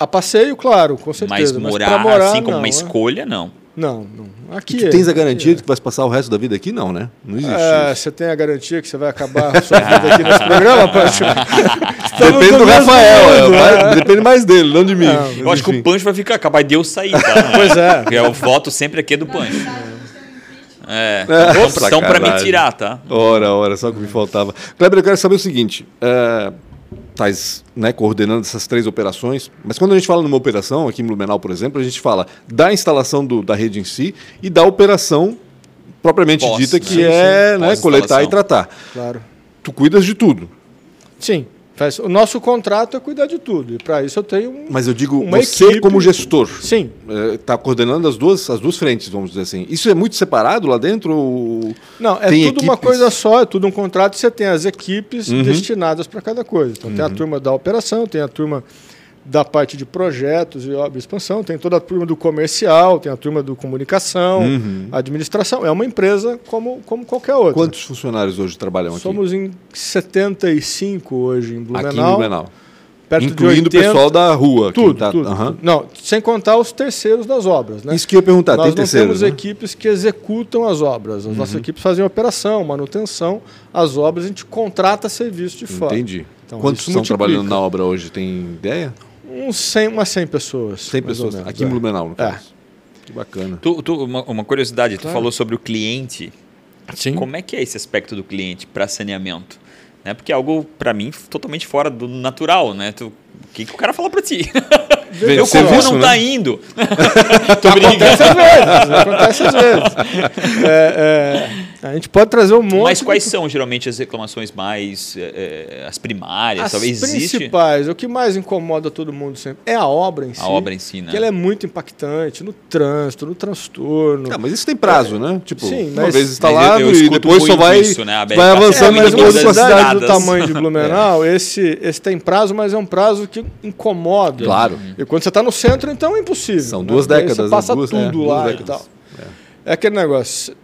S3: A passeio, claro, com
S2: Mas
S3: certeza. Mas,
S2: morar,
S3: pra morar
S2: assim como
S3: não,
S2: uma
S3: né?
S2: escolha, não.
S3: Não, não. Aqui.
S1: E tu
S3: é-
S1: tens a garantia de que vai passar o resto da vida aqui? Não, né? Não existe.
S3: É,
S1: isso.
S3: você tem a garantia que você vai acabar a sua vida
S2: [laughs]
S3: aqui nesse programa, [laughs] Pancho? Estamos
S1: Depende
S3: no
S1: do
S3: mesmo
S1: Rafael,
S3: mundo,
S1: é,
S3: né?
S1: vai- depende mais dele, não de mim.
S3: Não,
S2: Eu acho que
S1: Enfim.
S2: o Pancho vai ficar, acabar de eu sair, tá?
S3: [laughs] Pois é.
S2: Porque o voto sempre aqui é do Pancho. É.
S1: Nossa,
S2: Então, para me
S1: caralho.
S2: tirar, tá?
S1: Ora, ora, só o que me faltava. Kleber, eu quero saber o seguinte: é, estás né, coordenando essas três operações, mas quando a gente fala numa operação, aqui em Blumenau, por exemplo, a gente fala da instalação do- da rede em si e da operação propriamente
S2: Pós,
S1: dita,
S2: né?
S1: que é
S2: Sim, sim.
S1: né,
S2: Pós-instalação.
S1: coletar e tratar.
S3: Claro.
S1: Tu cuidas de tudo,
S3: Sim. Faz, o nosso contrato é cuidar de tudo. E para isso eu tenho um.
S1: mas eu digo
S3: Uma
S1: você
S3: equipe.
S1: como gestor.
S3: Sim.
S1: Está coordenando as duas, as duas frentes, vamos dizer assim. Isso é muito separado lá dentro? Ou...
S3: Não, é
S1: Tem
S3: tudo
S1: equipes?
S3: uma
S1: Uhum.
S3: coisa só, é tudo um contrato. Você tem as equipes destinadas para cada coisa. Então tem a turma da operação, tem a turma da parte de projetos e obra e expansão, tem toda a turma do comercial, tem a turma do comunicação, administração. É uma empresa como, como qualquer outra.
S1: Uhum. Quantos funcionários hoje trabalham aqui?
S3: Somos em 75 hoje em Blumenau.
S1: aqui em Blumenau.
S3: Perto de
S1: Incluindo
S3: 80,
S1: o pessoal da rua. que
S3: Tudo,
S1: tá-
S3: tudo,
S1: Aham.
S3: tudo. Não, sem contar os terceiros das obras, né?
S1: Isso que eu ia perguntar,
S3: Nós
S1: tem
S3: não
S1: terceiros,
S3: temos
S1: né? Uhum.
S3: equipes que executam as obras. As nossas equipes fazem operação, manutenção, as obras a gente contrata serviço de fora.
S1: Entendi.
S3: Então,
S1: Quantos
S3: isso
S1: estão
S3: multiplica.
S1: trabalhando na obra hoje? Tem ideia?
S3: Uns 100, umas 100 pessoas.
S1: 100
S3: mais ou
S1: pessoas.
S3: menos,
S1: Aqui
S3: é.
S1: em Blumenau, no
S3: É.
S1: caso. Que bacana.
S2: Tu- tu- uma, uma curiosidade, tu falou sobre o cliente.
S3: Sim.
S2: Como é que é esse aspecto do cliente para saneamento? Né? Porque é algo, para mim, totalmente fora do natural, né? Tu- o que, que o cara fala para
S3: [laughs]
S2: ti? Meu
S1: Serviço,
S2: cocô não
S1: né?
S2: tá indo.
S3: é Acontece às vezes. acontece às vezes. É, é, a gente pode trazer um monte
S2: Mas
S3: de
S2: quais são geralmente as reclamações mais. eh, eh, as primárias?
S3: As
S2: talvez existe
S3: principais, o que mais incomoda todo mundo sempre é a obra em si.
S2: a obra em si, né?
S3: Que ela é muito impactante no trânsito, no transtorno. É,
S1: Ah, mas isso tem prazo, né? Tipo,
S3: Sim,
S1: uma
S3: mas-
S1: vez
S2: Mas eu- eu
S1: instalado e
S2: escuto
S1: depois só
S2: muito
S1: vai,
S2: isso, né? A Beth
S1: vai
S2: tá
S3: É,
S1: avançando
S2: sempre
S3: mas
S1: de
S2: todas
S1: acordo
S3: uma
S2: as
S1: com a cidade.
S3: cidade do
S2: dadas.
S1: [laughs]
S3: tamanho de Blumenau,
S1: É.
S3: esse, esse tem prazo, mas é um prazo que incomoda.
S1: Claro.
S3: E quando você está no centro, então é impossível.
S1: São
S3: né?
S1: duas
S3: Daí
S1: décadas.
S3: Você
S1: né?
S3: passa
S1: duas, é,
S3: tudo
S1: duas
S3: lá e
S1: décadas.
S3: tal. É aquele negócio.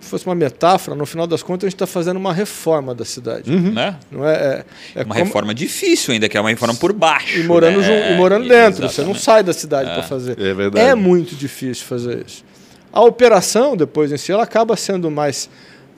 S3: Se fosse uma metáfora, no final das contas, a gente está fazendo uma reforma da cidade.
S1: Uhum.
S2: né?
S3: Não é, é, é
S2: Uma
S3: como-
S2: reforma difícil ainda, que é uma reforma por baixo.
S3: E morando,
S2: né?
S3: jun- e morando
S2: É,
S3: dentro, você não
S2: exatamente.
S3: sai da cidade para fazer.
S1: É verdade.
S3: É muito difícil fazer isso. A operação, depois em si, ela acaba sendo mais,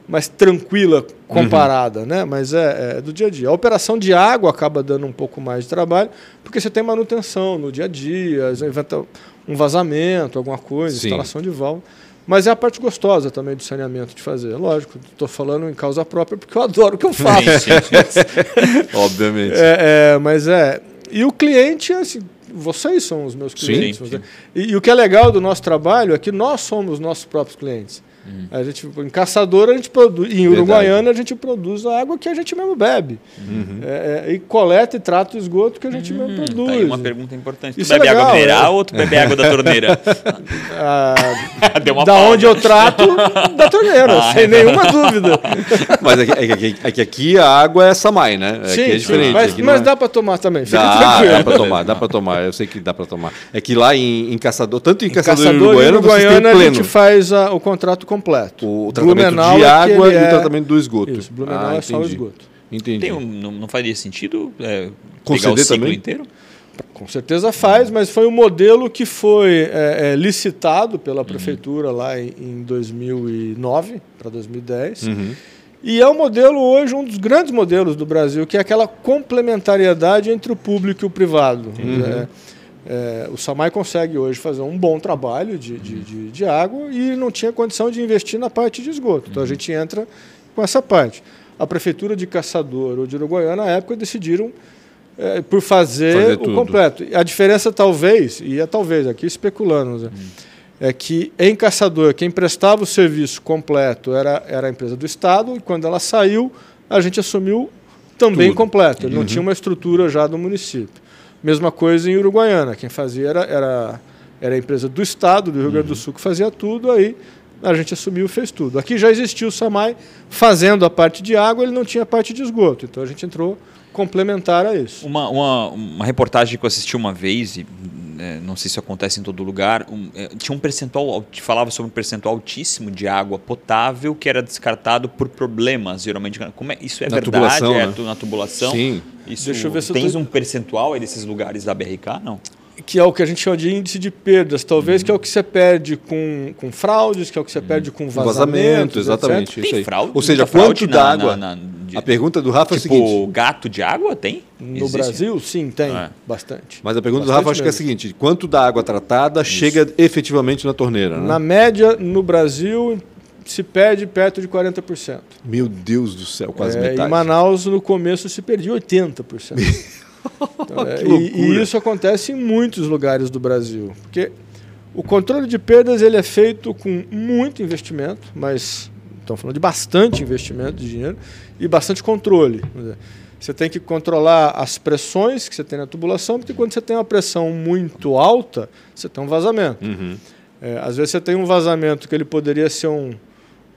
S3: mais tranquila comparada, né? Mas é, é do dia a dia. A operação de água acaba dando um pouco mais de trabalho, porque você tem manutenção no dia a dia, às vezes inventa um vazamento, alguma coisa,
S1: Sim.
S3: instalação de válvula. Mas é a parte gostosa também do saneamento de fazer. Lógico, estou falando em causa própria, porque eu adoro o que eu faço.
S2: Sim, sim,
S3: [laughs]
S2: sim.
S1: Obviamente.
S3: É, é, mas é. E o cliente, assim, vocês são os meus
S1: Sim,
S3: clientes.
S2: sim.
S3: você- E, e o que é legal do nosso trabalho é que nós somos nossos próprios clientes. A gente, em Caçador, a gente produz, em
S1: Uhum. Verdade.
S3: Uruguaiana, a gente produz a água que a gente mesmo bebe.
S1: Uhum.
S3: É, é, e coleta e trata o esgoto que a gente mesmo
S2: Tá
S3: produz.
S2: aí uma pergunta importante. Tu
S3: Isso é
S2: bebe água
S3: legal,
S2: mineral
S3: é.
S2: ou tu bebe água da torneira?
S3: [laughs]
S1: [laughs]
S3: Ah,
S2: Deu uma
S3: da
S2: pausa.
S3: onde eu trato, da torneira,
S1: Ah, é.
S3: sem nenhuma dúvida.
S1: Mas é que, é que- é que aqui a água é samai, né? [laughs] É que é diferente.
S3: mas,
S1: aqui não
S3: mas
S1: é-
S3: dá para tomar também, fica
S1: Dá,
S3: tá tranquilo.
S1: dá pra tomar, dá pra tomar. Eu sei que dá pra tomar. É que lá em, em Caçador, tanto em Caçador,
S3: Caçador
S1: e Uruguaiana,
S3: Uruguaiana,
S1: vocês
S3: a
S1: têm
S3: gente
S1: pleno.
S3: faz a- o contrato completo.
S1: O tratamento
S3: Blumenau
S1: de
S3: é que
S1: água
S3: ele
S1: e o
S3: é-
S1: tratamento do esgoto. Ah,
S3: Isso, Blumenau é só o
S1: entendi.
S3: esgoto.
S1: Entendi.
S2: Tem um- não, não faria sentido é, pegar
S1: Conceder
S2: o ciclo
S1: também?
S2: inteiro?
S3: Com certeza faz, mas foi um modelo que foi é, é, licitado
S1: Uhum.
S3: pela prefeitura lá em, em 2009 para 2010.
S1: Uhum.
S3: E é um modelo hoje, um dos grandes modelos do Brasil, que é aquela complementariedade entre o público e o privado.
S1: Uhum.
S3: É, é, o Samai consegue hoje fazer um bom trabalho de, de, de- de água e não tinha condição de investir na parte de esgoto. Então a
S1: Uhum.
S3: gente entra com essa parte. A prefeitura de Caçador ou de Uruguaiana, na época, decidiram é, por fazer,
S1: Fazer
S3: o
S1: tudo.
S3: completo. A diferença, talvez, e é talvez, aqui especulando, Zé,
S1: Uhum.
S3: é que em Caçador, quem prestava o serviço completo era, era a empresa do Estado, e quando ela saiu, a gente assumiu também
S1: Tudo.
S3: completo. Não tinha uma estrutura já do município. Mesma coisa em Uruguaiana, quem fazia era, era, era a empresa do Estado, do Rio Grande do Sul, que fazia tudo, aí a gente assumiu e fez tudo. Aqui já existia o SAMAI fazendo a parte de água, ele não tinha a parte de esgoto, então a gente entrou complementar a isso.
S2: Uma, uma, uma reportagem que eu assisti uma vez, e é, não sei se acontece em todo lugar, um, é, tinha um percentual, al- te falava sobre um percentual altíssimo de água potável que era descartado por problemas, geralmente. Como é, isso é
S1: Na
S2: verdade?
S1: tubulação,
S2: é
S1: né?
S2: tu- na tubulação?
S1: Sim.
S2: Isso,
S3: Deixa eu ver se eu
S2: tens
S3: tô-
S2: um percentual aí desses lugares da BRK? Não.
S3: que é o que a gente chama de índice de perdas, talvez que é o que você perde com, com fraudes, que é o que você perde com
S1: Um
S3: vazamentos,
S1: vazamento,
S3: etc.
S1: exatamente. isso aí.
S2: Tem fraude?
S1: Ou seja,
S2: Muita fraude
S1: quanto
S2: na-
S1: d'água?
S2: na- na- de-
S1: A pergunta do Rafa é
S2: tipo,
S1: a seguinte.
S2: gato de água tem?
S3: No
S2: Existe?
S3: Brasil, sim, tem
S2: Ah.
S3: bastante.
S1: Mas a pergunta do
S3: Bastante
S1: Rafa acho que é a
S3: mesmo.
S1: seguinte: quanto da água tratada chega efetivamente na torneira? Né?
S3: Na metade. média, no Brasil, se perde perto de 40%.
S1: Meu Deus do céu, quase
S3: É,
S1: metade.
S3: Em Manaus, no começo, se perdia 80%.
S1: [laughs]
S3: Então, é,
S1: Que
S3: e- e,
S1: loucura.
S3: isso acontece em muitos lugares do Brasil. Porque o controle de perdas ele é feito com muito investimento, mas estamos falando de bastante investimento de dinheiro e bastante controle. Quer dizer, Você tem que controlar as pressões que você tem na tubulação, porque quando você tem uma pressão muito alta, você tem um vazamento.
S1: Uhum.
S3: É, às vezes você tem um vazamento que ele poderia ser um,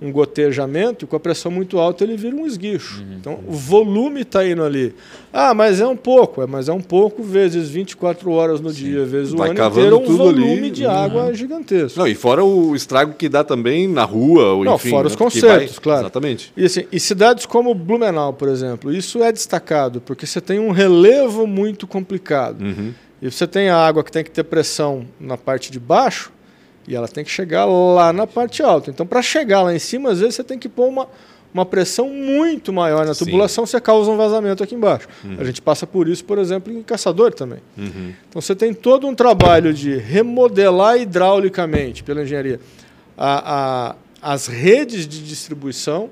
S3: um gotejamento, e com a pressão muito alta ele vira um esguicho.
S1: Uhum.
S3: Então o volume está indo ali. Ah, mas é um pouco, é, mas é um pouco vezes 24 horas no dia, vezes o
S1: Vai
S3: ano
S1: cavando
S3: inteiro, um
S1: tudo ali. Uhum.
S3: volume de água gigantesco.
S1: Não, e fora o estrago que dá também na rua, ou
S3: Não,
S1: enfim. né,
S3: fora os
S1: porque
S3: concertos, claro.
S1: Exatamente.
S3: E, assim, e cidades como Blumenau, por exemplo, isso é destacado, porque você tem um relevo muito complicado.
S1: Uhum.
S3: E você tem a água que tem que ter pressão na parte de baixo e ela tem que chegar lá na parte alta. Então, para chegar lá em cima, às vezes você tem que pôr uma, uma pressão muito maior na
S1: Sim. Uhum.
S3: tubulação, você causa um vazamento aqui embaixo. A gente passa por isso, por exemplo, em Caçador também. Então, você tem todo um trabalho de remodelar hidraulicamente pela engenharia a- a- as redes de distribuição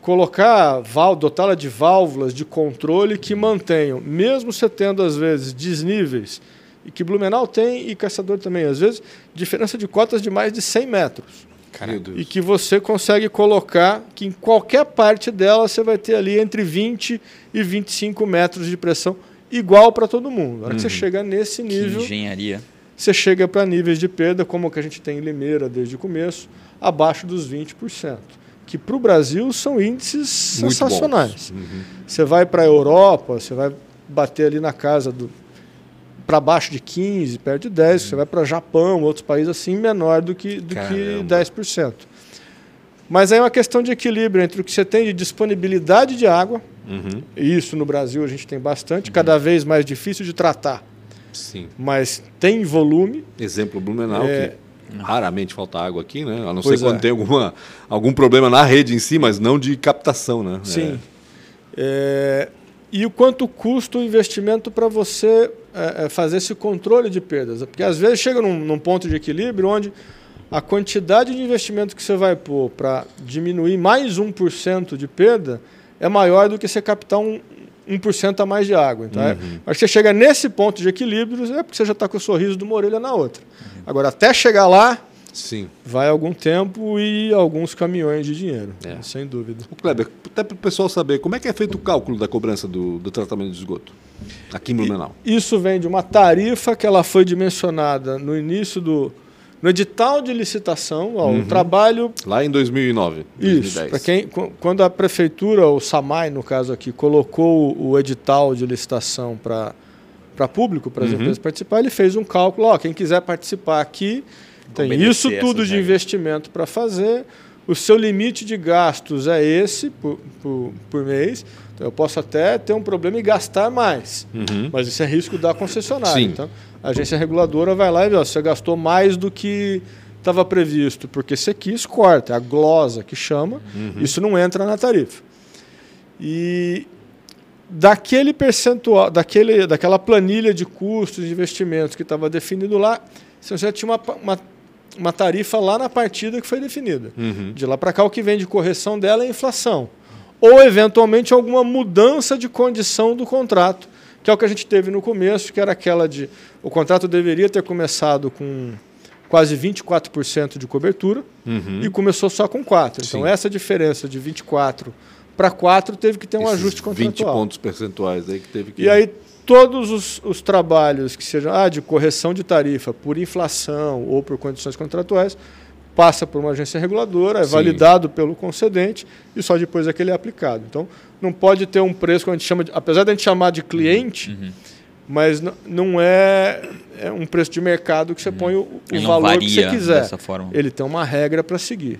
S3: colocar, val- dotá-la de válvulas de controle que mantenham, mesmo você tendo às vezes desníveis, e que Blumenau tem e Caçador também, às vezes, diferença de cotas de mais de 100 metros.
S1: Meu Deus.
S3: E que você consegue colocar que em qualquer parte dela você vai ter ali entre 20 e 25 metros de pressão, igual para todo mundo. Na hora que você chega nesse
S2: Que
S3: nível,
S2: engenharia.
S3: você chega para níveis de perda, como o que a gente tem em Limeira desde o começo, abaixo dos 20%, que para o Brasil são índices
S1: Muito Uhum.
S3: sensacionais. Você vai para a Europa, você vai bater ali na casa do para baixo de 15, perto de 10,
S1: Uhum.
S3: você vai para Japão, outros países assim, menor do que, do que
S1: Caramba.
S3: 10%. Mas aí é uma questão de equilíbrio entre o que você tem de disponibilidade de água,
S1: Uhum.
S3: e isso no Brasil a gente tem bastante, cada vez mais difícil de tratar,
S1: Sim.
S3: mas tem volume,
S1: Exemplo, Blumenau,
S3: É.
S1: que raramente falta água aqui, né? A não
S3: Pois
S1: ser quando
S3: é.
S1: tem alguma, algum problema na rede em si, mas não de captação, né?
S3: Sim. É, e o quanto custa o investimento para você é, é, fazer esse controle de perdas? Porque às vezes chega num, num ponto de equilíbrio onde a quantidade de investimento que você vai pôr para diminuir mais 1% de perda é maior do que você captar um, 1% a mais de água. Então, é, a hora que você chega tá nesse ponto de equilíbrio, é porque você já está com o sorriso de uma orelha na outra. Agora, até chegar lá,
S1: Sim.
S3: vai algum tempo e alguns caminhões de dinheiro,
S2: É.
S3: sem dúvida.
S1: Ô, Kleber, até para o pessoal saber, como é que é feito o cálculo da cobrança do, do tratamento de esgoto aqui em Blumenau?
S3: Isso vem de uma tarifa que ela foi dimensionada no início do no edital de licitação, ó, o trabalho
S1: Lá em 2009,
S3: Isso.
S1: 2010.
S3: Para quem, qu- quando a prefeitura, o SAMAI, no caso aqui, colocou o edital de licitação para público, para as empresas participar, ele fez um cálculo, ó, quem quiser participar aqui, tem
S2: Obedecer
S3: isso tudo
S2: essas
S3: de
S2: regras.
S3: investimento para fazer, o seu limite de gastos é esse por, por, por mês, então eu posso até ter um problema e gastar mais, mas isso é risco da concessionária.
S1: Sim.
S3: Então, a agência reguladora vai lá e vê, ó, você gastou mais do que estava previsto, porque você quis, corta, é a glosa que chama, isso não entra na tarifa. E daquele percentual, daquele, daquela planilha de custos e investimentos que estava definido lá, você já tinha uma, pa- uma, uma tarifa lá na partida que foi definida.
S1: Uhum.
S3: De lá para cá, o que vem de correção dela é a inflação. Ou, eventualmente, alguma mudança de condição do contrato, que é o que a gente teve no começo, que era aquela de. O contrato deveria ter começado com quase 24% de cobertura e começou só com 4%. Então,
S1: Uhum. Sim.
S3: essa diferença de 24% para 4% teve que ter um
S1: Esses
S3: ajuste
S1: 20
S3: contratual.
S1: pontos percentuais aí que teve que...
S3: E aí todos os, os trabalhos que sejam ah, de correção de tarifa por inflação ou por condições contratuais passa por uma agência reguladora, é
S1: Sim.
S3: validado pelo concedente e só depois é que ele é aplicado. Então não pode ter um preço que a gente chama, de, apesar de a gente chamar de cliente,
S2: Uhum,
S3: mas n- não é, é um preço de mercado que você põe o, o
S2: Ele Uhum. não
S3: valor que você
S2: varia
S3: quiser.
S2: dessa forma.
S3: Ele tem uma regra para seguir.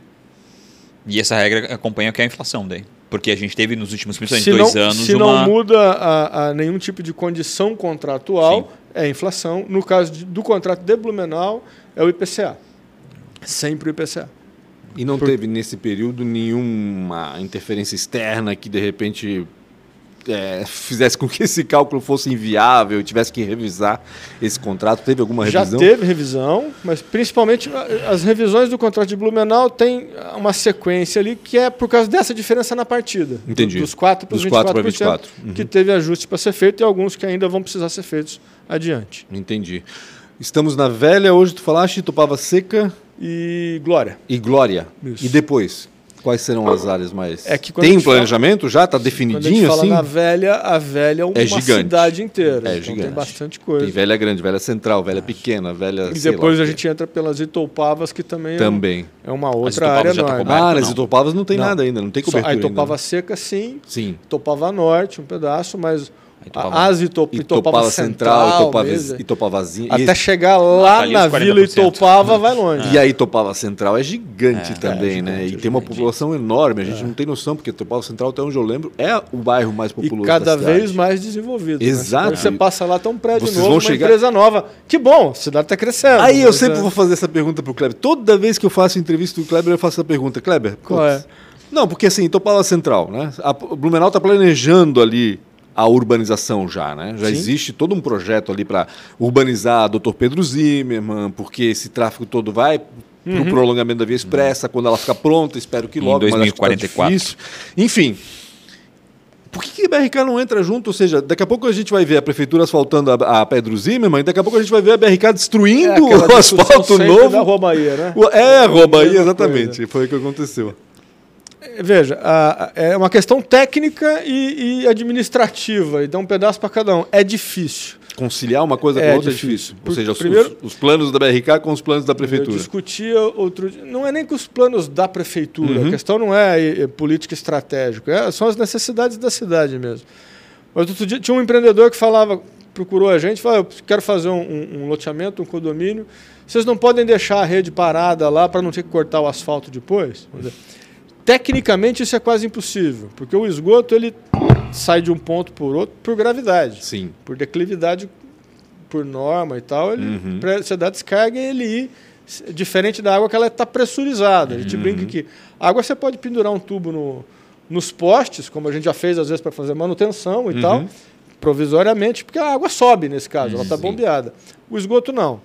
S2: E essa regra acompanha o que é a inflação daí. Porque a gente teve nos últimos principalmente
S3: se não,
S2: dois anos
S3: se
S2: uma...
S3: não muda a, a nenhum tipo de condição contratual,
S2: Sim.
S3: é inflação. No caso de- do contrato de Blumenau, é o IPCA. Sempre o IPCA.
S1: E não teve nesse período nenhuma interferência externa que de repente é, fizesse com que esse cálculo fosse inviável e tivesse que revisar esse contrato? Teve alguma
S3: Já
S1: revisão?
S3: teve revisão, mas principalmente a- as revisões do contrato de Blumenau tem uma sequência ali que é por causa dessa diferença na partida.
S1: Entendi.
S3: Dos 4 para os
S1: Dos 4 pra
S3: 24%, 24.
S2: Uhum.
S3: que teve ajustes para ser feito e alguns que ainda vão precisar ser feitos adiante.
S1: Entendi. Estamos na velha, hoje tu falaste Tupava Seca
S3: E, Glória,
S1: e Glória.
S3: Isso.
S1: E depois? Quais serão as áreas mais.
S3: É que quando a
S1: Tem um
S3: gente fala-
S1: planejamento já? Está
S3: Quando a gente
S1: definidinho
S3: fala
S1: assim?
S3: na velha, a velha é uma
S1: gigante.
S3: cidade inteira.
S1: É
S3: então
S1: gigante.
S3: tem bastante coisa.
S1: Tem velha grande, velha central, velha pequena, velha.
S3: e
S1: sei lá
S3: depois
S1: o
S3: a
S1: quê.
S3: gente entra pelas Itoupavas, que também, é um-
S1: Também.
S3: é uma
S2: Mas
S3: outra
S2: Itoupava
S3: área
S2: já tá
S3: enorme.
S2: coberto,
S1: Ah, nas
S2: não.
S1: Itopavas não tem
S3: Não.
S1: nada ainda, não tem
S3: Só
S1: cobertura.
S3: a
S1: ainda,
S3: Itopava
S1: né?
S3: Seca, sim.
S1: Sim.
S3: Itopava Norte, um pedaço, mas
S2: Itopava-
S3: a as Itop... Itopava,
S1: Itopava Central, Itopava,
S3: mesmo.
S1: Itopavazinha.
S3: Até
S1: Esse-
S3: chegar lá
S2: ali
S3: na
S2: os
S3: Vila
S2: 40%.
S3: Itopava vai longe.
S1: E a Itopava Central é gigante
S2: É,
S1: também,
S2: é
S1: né?
S2: gigante,
S1: e tem uma
S2: gigante.
S1: população enorme, a gente não tem noção, porque Itopava Central, até onde eu lembro, é o bairro mais
S3: É. E
S1: populoso
S3: cada
S1: da cidade.
S3: vez mais desenvolvido. né?
S1: Exato.
S3: Quando você passa lá, tem um prédio
S1: Vocês
S3: novo,
S1: vão
S3: uma
S1: chegar-
S3: empresa nova. Que bom, a cidade está crescendo.
S1: Aí eu
S3: mas,
S1: sempre
S3: é,
S1: vou fazer essa pergunta pro Kleber. Toda vez que eu faço entrevista do Kleber, eu faço essa pergunta. Kleber,
S3: Qual
S1: putz,
S3: é?
S1: Não, porque assim, Itopava Central, né? A o Blumenau tá planejando ali a urbanização já, né? Já
S3: Sim.
S1: existe todo um projeto ali para urbanizar Dr. Pedro Zimmermann, porque esse tráfego todo vai pro
S3: Uhum.
S1: prolongamento da Via Expressa, quando ela ficar pronta, espero que
S2: Em
S1: logo, mas acho que tá
S2: 2044.
S1: difícil. Enfim, por que, que a BRK não entra junto? Ou seja, daqui a pouco a gente vai ver a prefeitura asfaltando a, a Pedro Zimmermann, e daqui a pouco a gente vai ver a BRK
S3: é
S1: destruindo
S3: aquela
S1: o
S3: discussão
S1: asfalto
S3: sempre Da
S1: novo.
S3: Rua Bahia, né?
S1: O- É, rouba aí,
S3: Mesma
S1: exatamente. Foi o que aconteceu.
S3: Veja, a- a- é uma questão técnica e, e administrativa, e dá um pedaço para cada um. É difícil
S1: Conciliar uma coisa com
S3: É
S1: outra
S3: difícil.
S1: é difícil. Ou seja, os,
S3: Primeiro-
S1: os- os planos da BRK com os planos da
S3: Eu
S1: prefeitura.
S3: discutia outro dia. Não é nem com os planos da prefeitura, a questão não é, é, é política estratégica, é- são as necessidades da cidade mesmo. Mas outro dia tinha um empreendedor que falava, procurou a gente, falou: "Ah, eu quero fazer um, um- um loteamento, um condomínio. Vocês não podem deixar a rede parada lá para não ter que cortar o asfalto depois? Quer dizer, Tecnicamente isso é quase impossível, porque o esgoto ele sai de um ponto por outro por gravidade
S1: Sim.
S3: por declividade, por norma e tal, ele, pra você dar descarga e ele ir, s- diferente da água que ela está pressurizada. A gente brinca que a água você pode pendurar um tubo no, nos postes, como a gente já fez às vezes para fazer manutenção e tal, provisoriamente, porque a água sobe nesse caso, ela está bombeada. O esgoto não.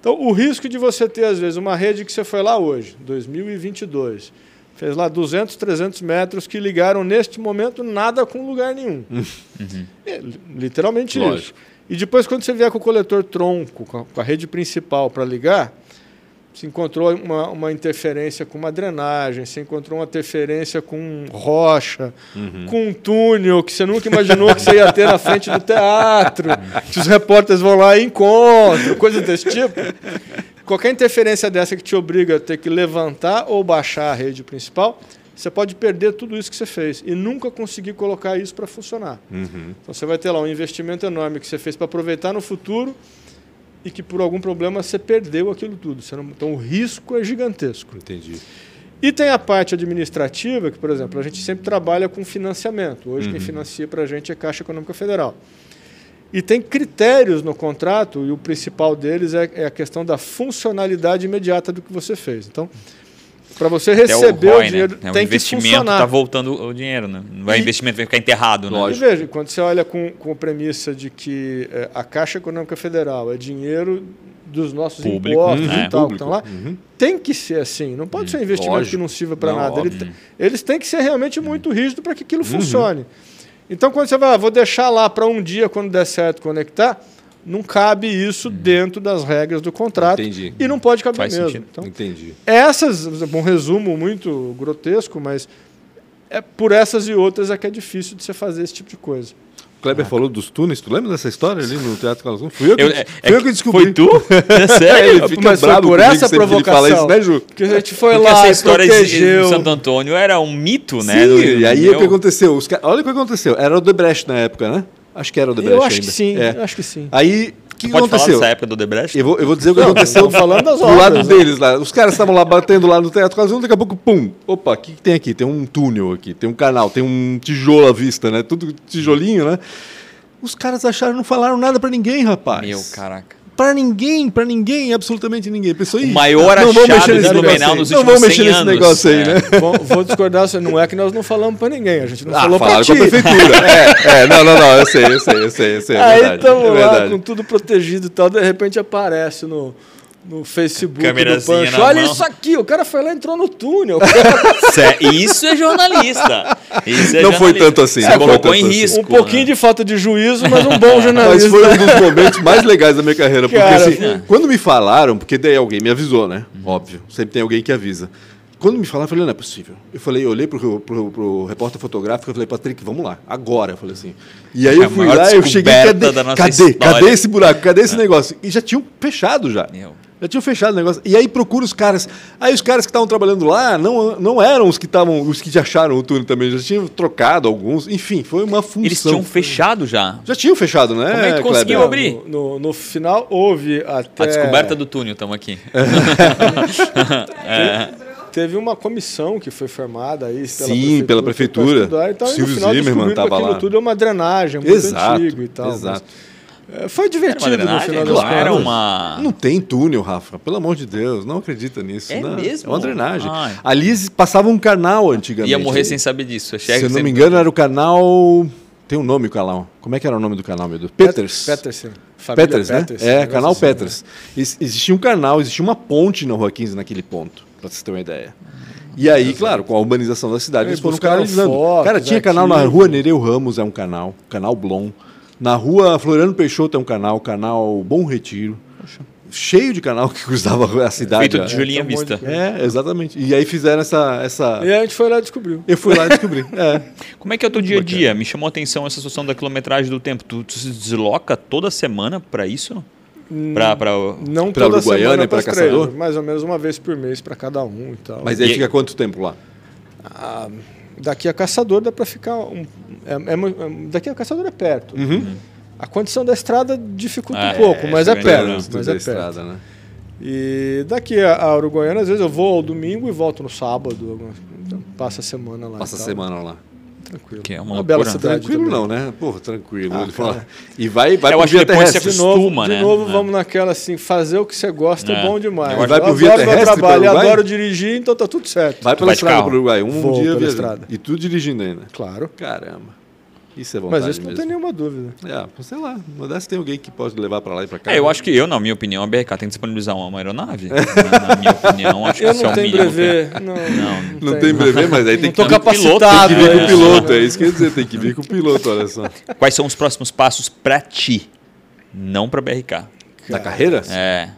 S3: Então, o risco de você ter, às vezes, uma rede que você foi lá hoje, 2022, fez lá 200, 300 metros que ligaram, neste momento, nada com lugar nenhum. É, li- literalmente isso.
S1: Lógico.
S3: E depois, quando você vier com o coletor tronco, com a, com a rede principal para ligar, se encontrou uma, uma interferência com uma drenagem, se encontrou uma interferência com rocha, com um túnel que você nunca imaginou que você ia ter na frente do teatro, que os repórteres vão lá e encontram, coisas desse tipo. Qualquer interferência dessa que te obriga a ter que levantar ou baixar a rede principal, você pode perder tudo isso que você fez e nunca conseguir colocar isso para funcionar. Então você vai ter lá um investimento enorme que você fez para aproveitar no futuro e que por algum problema você perdeu aquilo tudo. Você não- Então o risco é gigantesco.
S1: Entendi.
S3: E tem a parte administrativa, que, por exemplo, a gente sempre trabalha com financiamento. Hoje
S2: Uhum.
S3: quem financia para a gente é a Caixa Econômica Federal. E tem critérios no contrato, e o principal deles é, é a questão da funcionalidade imediata do que você fez. Então, para você receber o,
S2: ROI, né?
S3: dinheiro,
S2: É, o
S3: tem que
S2: investimento
S3: funcionar.
S2: está voltando o dinheiro, né? Não vai
S3: E-
S2: investimento, vai ficar enterrado, né?
S1: Lógico.
S3: E veja, quando você olha com, com a premissa de que eh, a Caixa Econômica Federal é dinheiro dos nossos
S2: Público,
S3: impostos
S2: né?
S3: e tal, que
S1: Público. Uhum.
S3: estão lá, tem que ser assim. Não pode ser um investimento
S1: lógico.
S3: que não sirva para
S1: Não,
S3: nada. Ele
S1: óbvio. Uhum.
S3: te- eles têm que ser realmente muito rígidos para que aquilo funcione. Então, quando você vai, ah, vou deixar lá para um dia, quando der certo, conectar, não cabe isso dentro das regras do contrato.
S1: Uhum. Entendi.
S3: E não pode caber
S2: Faz
S3: mesmo.
S2: sentido.
S3: Então,
S1: Entendi.
S3: essas, um resumo muito grotesco, mas é por essas e outras é que é difícil de você fazer esse tipo de coisa.
S1: O
S3: Ah.
S1: Kleber falou dos túneis, tu lembra dessa história ali no Teatro Calazão? Fui eu que,
S2: Eu-
S1: fui
S2: é- é
S1: eu
S2: que-
S1: que descobri. [laughs]
S2: Foi tu? É sério?
S1: Ele fica
S3: Mas foi
S1: bravo
S3: por
S1: comigo
S3: essa
S1: sempre que ele fala
S3: provocação.
S1: isso, né, Ju?
S3: Porque a gente foi
S2: Porque
S3: lá
S2: essa
S3: e
S2: história de,
S3: protegeu.
S2: de Santo Antônio era um mito, né?
S1: Sim,
S2: Do-
S1: e aí o
S2: meu-
S1: que aconteceu? Os ca- Olha o que aconteceu. Era o Debrecht na época, né? Acho que era o
S3: Eu
S1: Debrecht
S3: acho
S1: ainda.
S3: que sim,
S1: É.
S3: eu acho que sim.
S1: Aí, o que, que
S2: Pode falar
S1: aconteceu?
S2: dessa época do Odebrecht?
S1: Eu vou, eu vou dizer o que
S3: Não,
S1: aconteceu
S3: estamos falando das
S1: do
S3: obras,
S1: lado
S3: né?
S1: deles lá. Os caras estavam lá batendo lá no teatro quase um, daqui a pouco, pum! Opa, o que, que tem aqui? Tem um túnel aqui, tem um canal, tem um tijolo à vista, né? Tudo tijolinho, né? Os caras acharam, não falaram nada pra ninguém, rapaz.
S2: Meu, caraca.
S1: Pra ninguém, pra ninguém, absolutamente ninguém. Pensou, "Ih,
S2: O maior
S1: não vou
S2: achado
S1: mexer
S2: de
S1: nesse negócio
S2: Blumenau
S1: aí.
S2: nos
S1: Não vou
S2: últimos
S1: mexer
S2: 100
S1: nesse
S2: anos.
S1: negócio aí,
S2: É.
S1: né?
S3: vou, vou discordar, não é que nós não falamos para ninguém, a gente não falou para
S1: Ah, falaram
S3: ti.
S1: com a prefeitura. [laughs] é, é, não, não, não, eu sei, eu sei, eu sei, eu sei. É
S3: Aí
S1: verdade,
S3: estamos
S1: é
S3: lá
S1: verdade.
S3: com tudo protegido e tal, de repente aparece no, no Facebook do
S2: Câmerazinha
S3: Pancho.
S2: na
S3: Olha
S2: mão."
S3: isso aqui, o cara foi lá e entrou
S1: [laughs]
S3: no túnel.
S2: Cé- Isso é jornalista. Isso é
S1: Não foi
S2: jornalista.
S1: tanto assim,
S2: Você
S1: não foi
S2: colocou
S1: tanto
S2: em
S1: assim.
S2: risco.
S3: um pouquinho
S2: né?
S3: de falta de juízo, mas um bom
S1: [laughs] Mas
S3: jornalista.
S1: foi um dos momentos mais legais da minha carreira. Porque
S3: Cara,
S1: assim,
S3: foi.
S1: quando me falaram, porque daí alguém me avisou, né? Óbvio. Sempre tem alguém que avisa. Quando me falaram, eu falei, não é possível. Eu falei, eu olhei pro, pro, pro repórter fotográfico, eu falei, Patrick, vamos lá, agora. Eu falei assim. E aí
S2: É a
S1: eu fui
S2: maior
S1: lá, eu cheguei,
S2: descoberta
S1: cadê?
S2: da nossa
S1: Cadê?
S2: história. É.
S1: Cadê esse buraco? Cadê esse negócio? E já tinham fechado já.
S2: Meu.
S1: Já tinham fechado o negócio. E aí procura os caras. Aí os caras que estavam trabalhando lá não, não eram os que estavam, os que acharam o túnel também. Já tinham trocado alguns. Enfim, foi uma função. né?
S2: Eles tinham fechado já.
S1: Já tinham fechado, né?
S2: Como é que
S1: Kleber?
S2: tu conseguiu
S3: Não,
S2: abrir?
S3: No, no- no final houve até.
S2: A descoberta do túnel, estamos aqui.
S3: É Teve uma comissão que foi formada aí pela
S1: Sim, pela prefeitura.
S3: pra estudar e tal, e no
S1: Silvio
S3: final
S1: Zimmermann
S3: descobriram que
S1: tava
S3: aquilo
S1: lá.
S3: tudo é uma drenagem muito
S1: Exato.
S3: antigo e tal. mas,
S1: exato.
S3: é, foi
S2: Era uma
S3: divertido no
S2: drenagem?
S3: final
S2: Não
S3: das
S2: era
S3: contas.
S2: uma...
S1: Não tem túnel, Rafa. Pelo amor de Deus, não acredita nisso.
S2: É
S1: não.
S2: mesmo?
S1: É uma drenagem.
S2: Ai.
S1: Ali se- passava um canal antigamente.
S2: Ia morrer sem saber disso.
S1: Se eu não me engano, era o canal. Tem um nome o canal. Como é que era o nome do canal, meu Deus? Peters.
S3: Peterson. Família
S1: Peters, né?
S3: Peterson,
S1: É,
S3: negócio
S1: canal
S3: assim,
S1: Peters. Ex- Existia um canal, existia uma ponte na Rua 15 naquele ponto, pra vocês terem uma ideia. E aí, claro, com a urbanização da cidade, eles
S3: Eles
S1: foram
S3: buscaram
S1: canalizando.
S3: fotos,
S1: Cara, tinha canal na
S3: arquivo.
S1: Rua Nereu Ramos, é um canal, canal Blom. Na Rua Floriano Peixoto é um canal, canal Bom Retiro. Cheio de canal que cruzava a cidade.
S2: Feito de
S1: é.
S2: Julinha
S3: um monte de
S2: Vista.
S1: é, exatamente. E aí fizeram essa. essa...
S3: né? E a gente foi lá e descobriu.
S1: Eu fui lá e descobri. É.
S2: Como é que é o teu dia a dia? Me chamou a atenção essa situação da quilometragem do tempo. Tu, tu se desloca toda semana pra isso?
S3: Hum,
S2: Pra, pra...
S3: Não
S1: Pra
S3: toda
S1: Uruguaiana
S3: semana
S1: e pra
S3: pras três,
S1: Caçador?
S3: mais ou menos uma vez por mês para cada um e
S1: [laughs]
S3: tal.
S1: Mas aí
S2: E-
S1: fica quanto tempo lá?
S3: Ah, daqui a Caçador dá para ficar. Um, é- é mu- é- daqui a Caçador é perto.
S1: Uhum.
S3: A condição da estrada dificulta
S2: Ah,
S3: um pouco,
S2: é,
S3: mas
S2: essa
S3: é
S2: grande
S3: perto.
S2: trânsito
S3: Mas
S1: da
S3: é perto.
S1: estrada, né?
S3: E daqui a, a Uruguaiana, às vezes eu vou ao domingo e volto no sábado. alguma- Então, passa a semana lá. e
S1: Passa a
S3: tal.
S1: semana lá.
S3: Tranquilo.
S2: Que é uma loucura.
S3: bela cidade.
S1: Tranquilo
S3: tá também. Ah,
S1: não, né? Pô, tranquilo. Ele fala. E vai, vai
S2: É, Eu
S1: pro
S2: acho que
S1: via
S2: depois
S1: terrestre.
S2: você
S3: De novo,
S2: Costuma,
S3: de
S2: né?
S3: novo
S2: É.
S3: vamos naquela assim, fazer o que você gosta é,
S2: É.
S3: bom demais.
S1: Vai pro
S3: eu
S1: via
S3: adoro
S1: terrestre
S3: meu
S1: pro
S3: trabalho,
S1: Uruguai?
S3: adoro dirigir, então tá tudo certo.
S1: Vai pela
S2: Vai de
S1: estrada
S2: carro.
S1: pro Uruguai. Um
S3: Vou
S1: dia
S3: pela
S1: viajando.
S3: estrada.
S1: E tu dirigindo ainda.
S3: Claro.
S1: Caramba. Isso é vontade
S3: Mas isso não
S1: mesmo.
S3: tem nenhuma dúvida.
S1: É, sei lá. Uma dessas tem alguém que pode levar pra lá e pra cá. né?
S2: É, eu acho que eu, na minha opinião, a BRK tem que disponibilizar uma
S3: [laughs]
S2: aeronave. na, na minha opinião, acho que
S3: Eu
S2: isso é
S3: não
S2: o
S3: tenho
S2: mínimo.
S3: brevê. Não,
S2: Não.
S1: Não tem brevê, mas aí tem
S3: Não
S1: que,
S3: tô
S1: tem que
S3: capacitado.
S2: pilotado,
S1: vir com
S3: é.
S1: o piloto. É isso que eu ia dizer. Tem que vir com o piloto, olha só.
S2: Quais são os próximos passos pra ti? Não pra BRK.
S1: Da carreira?
S2: É. O É.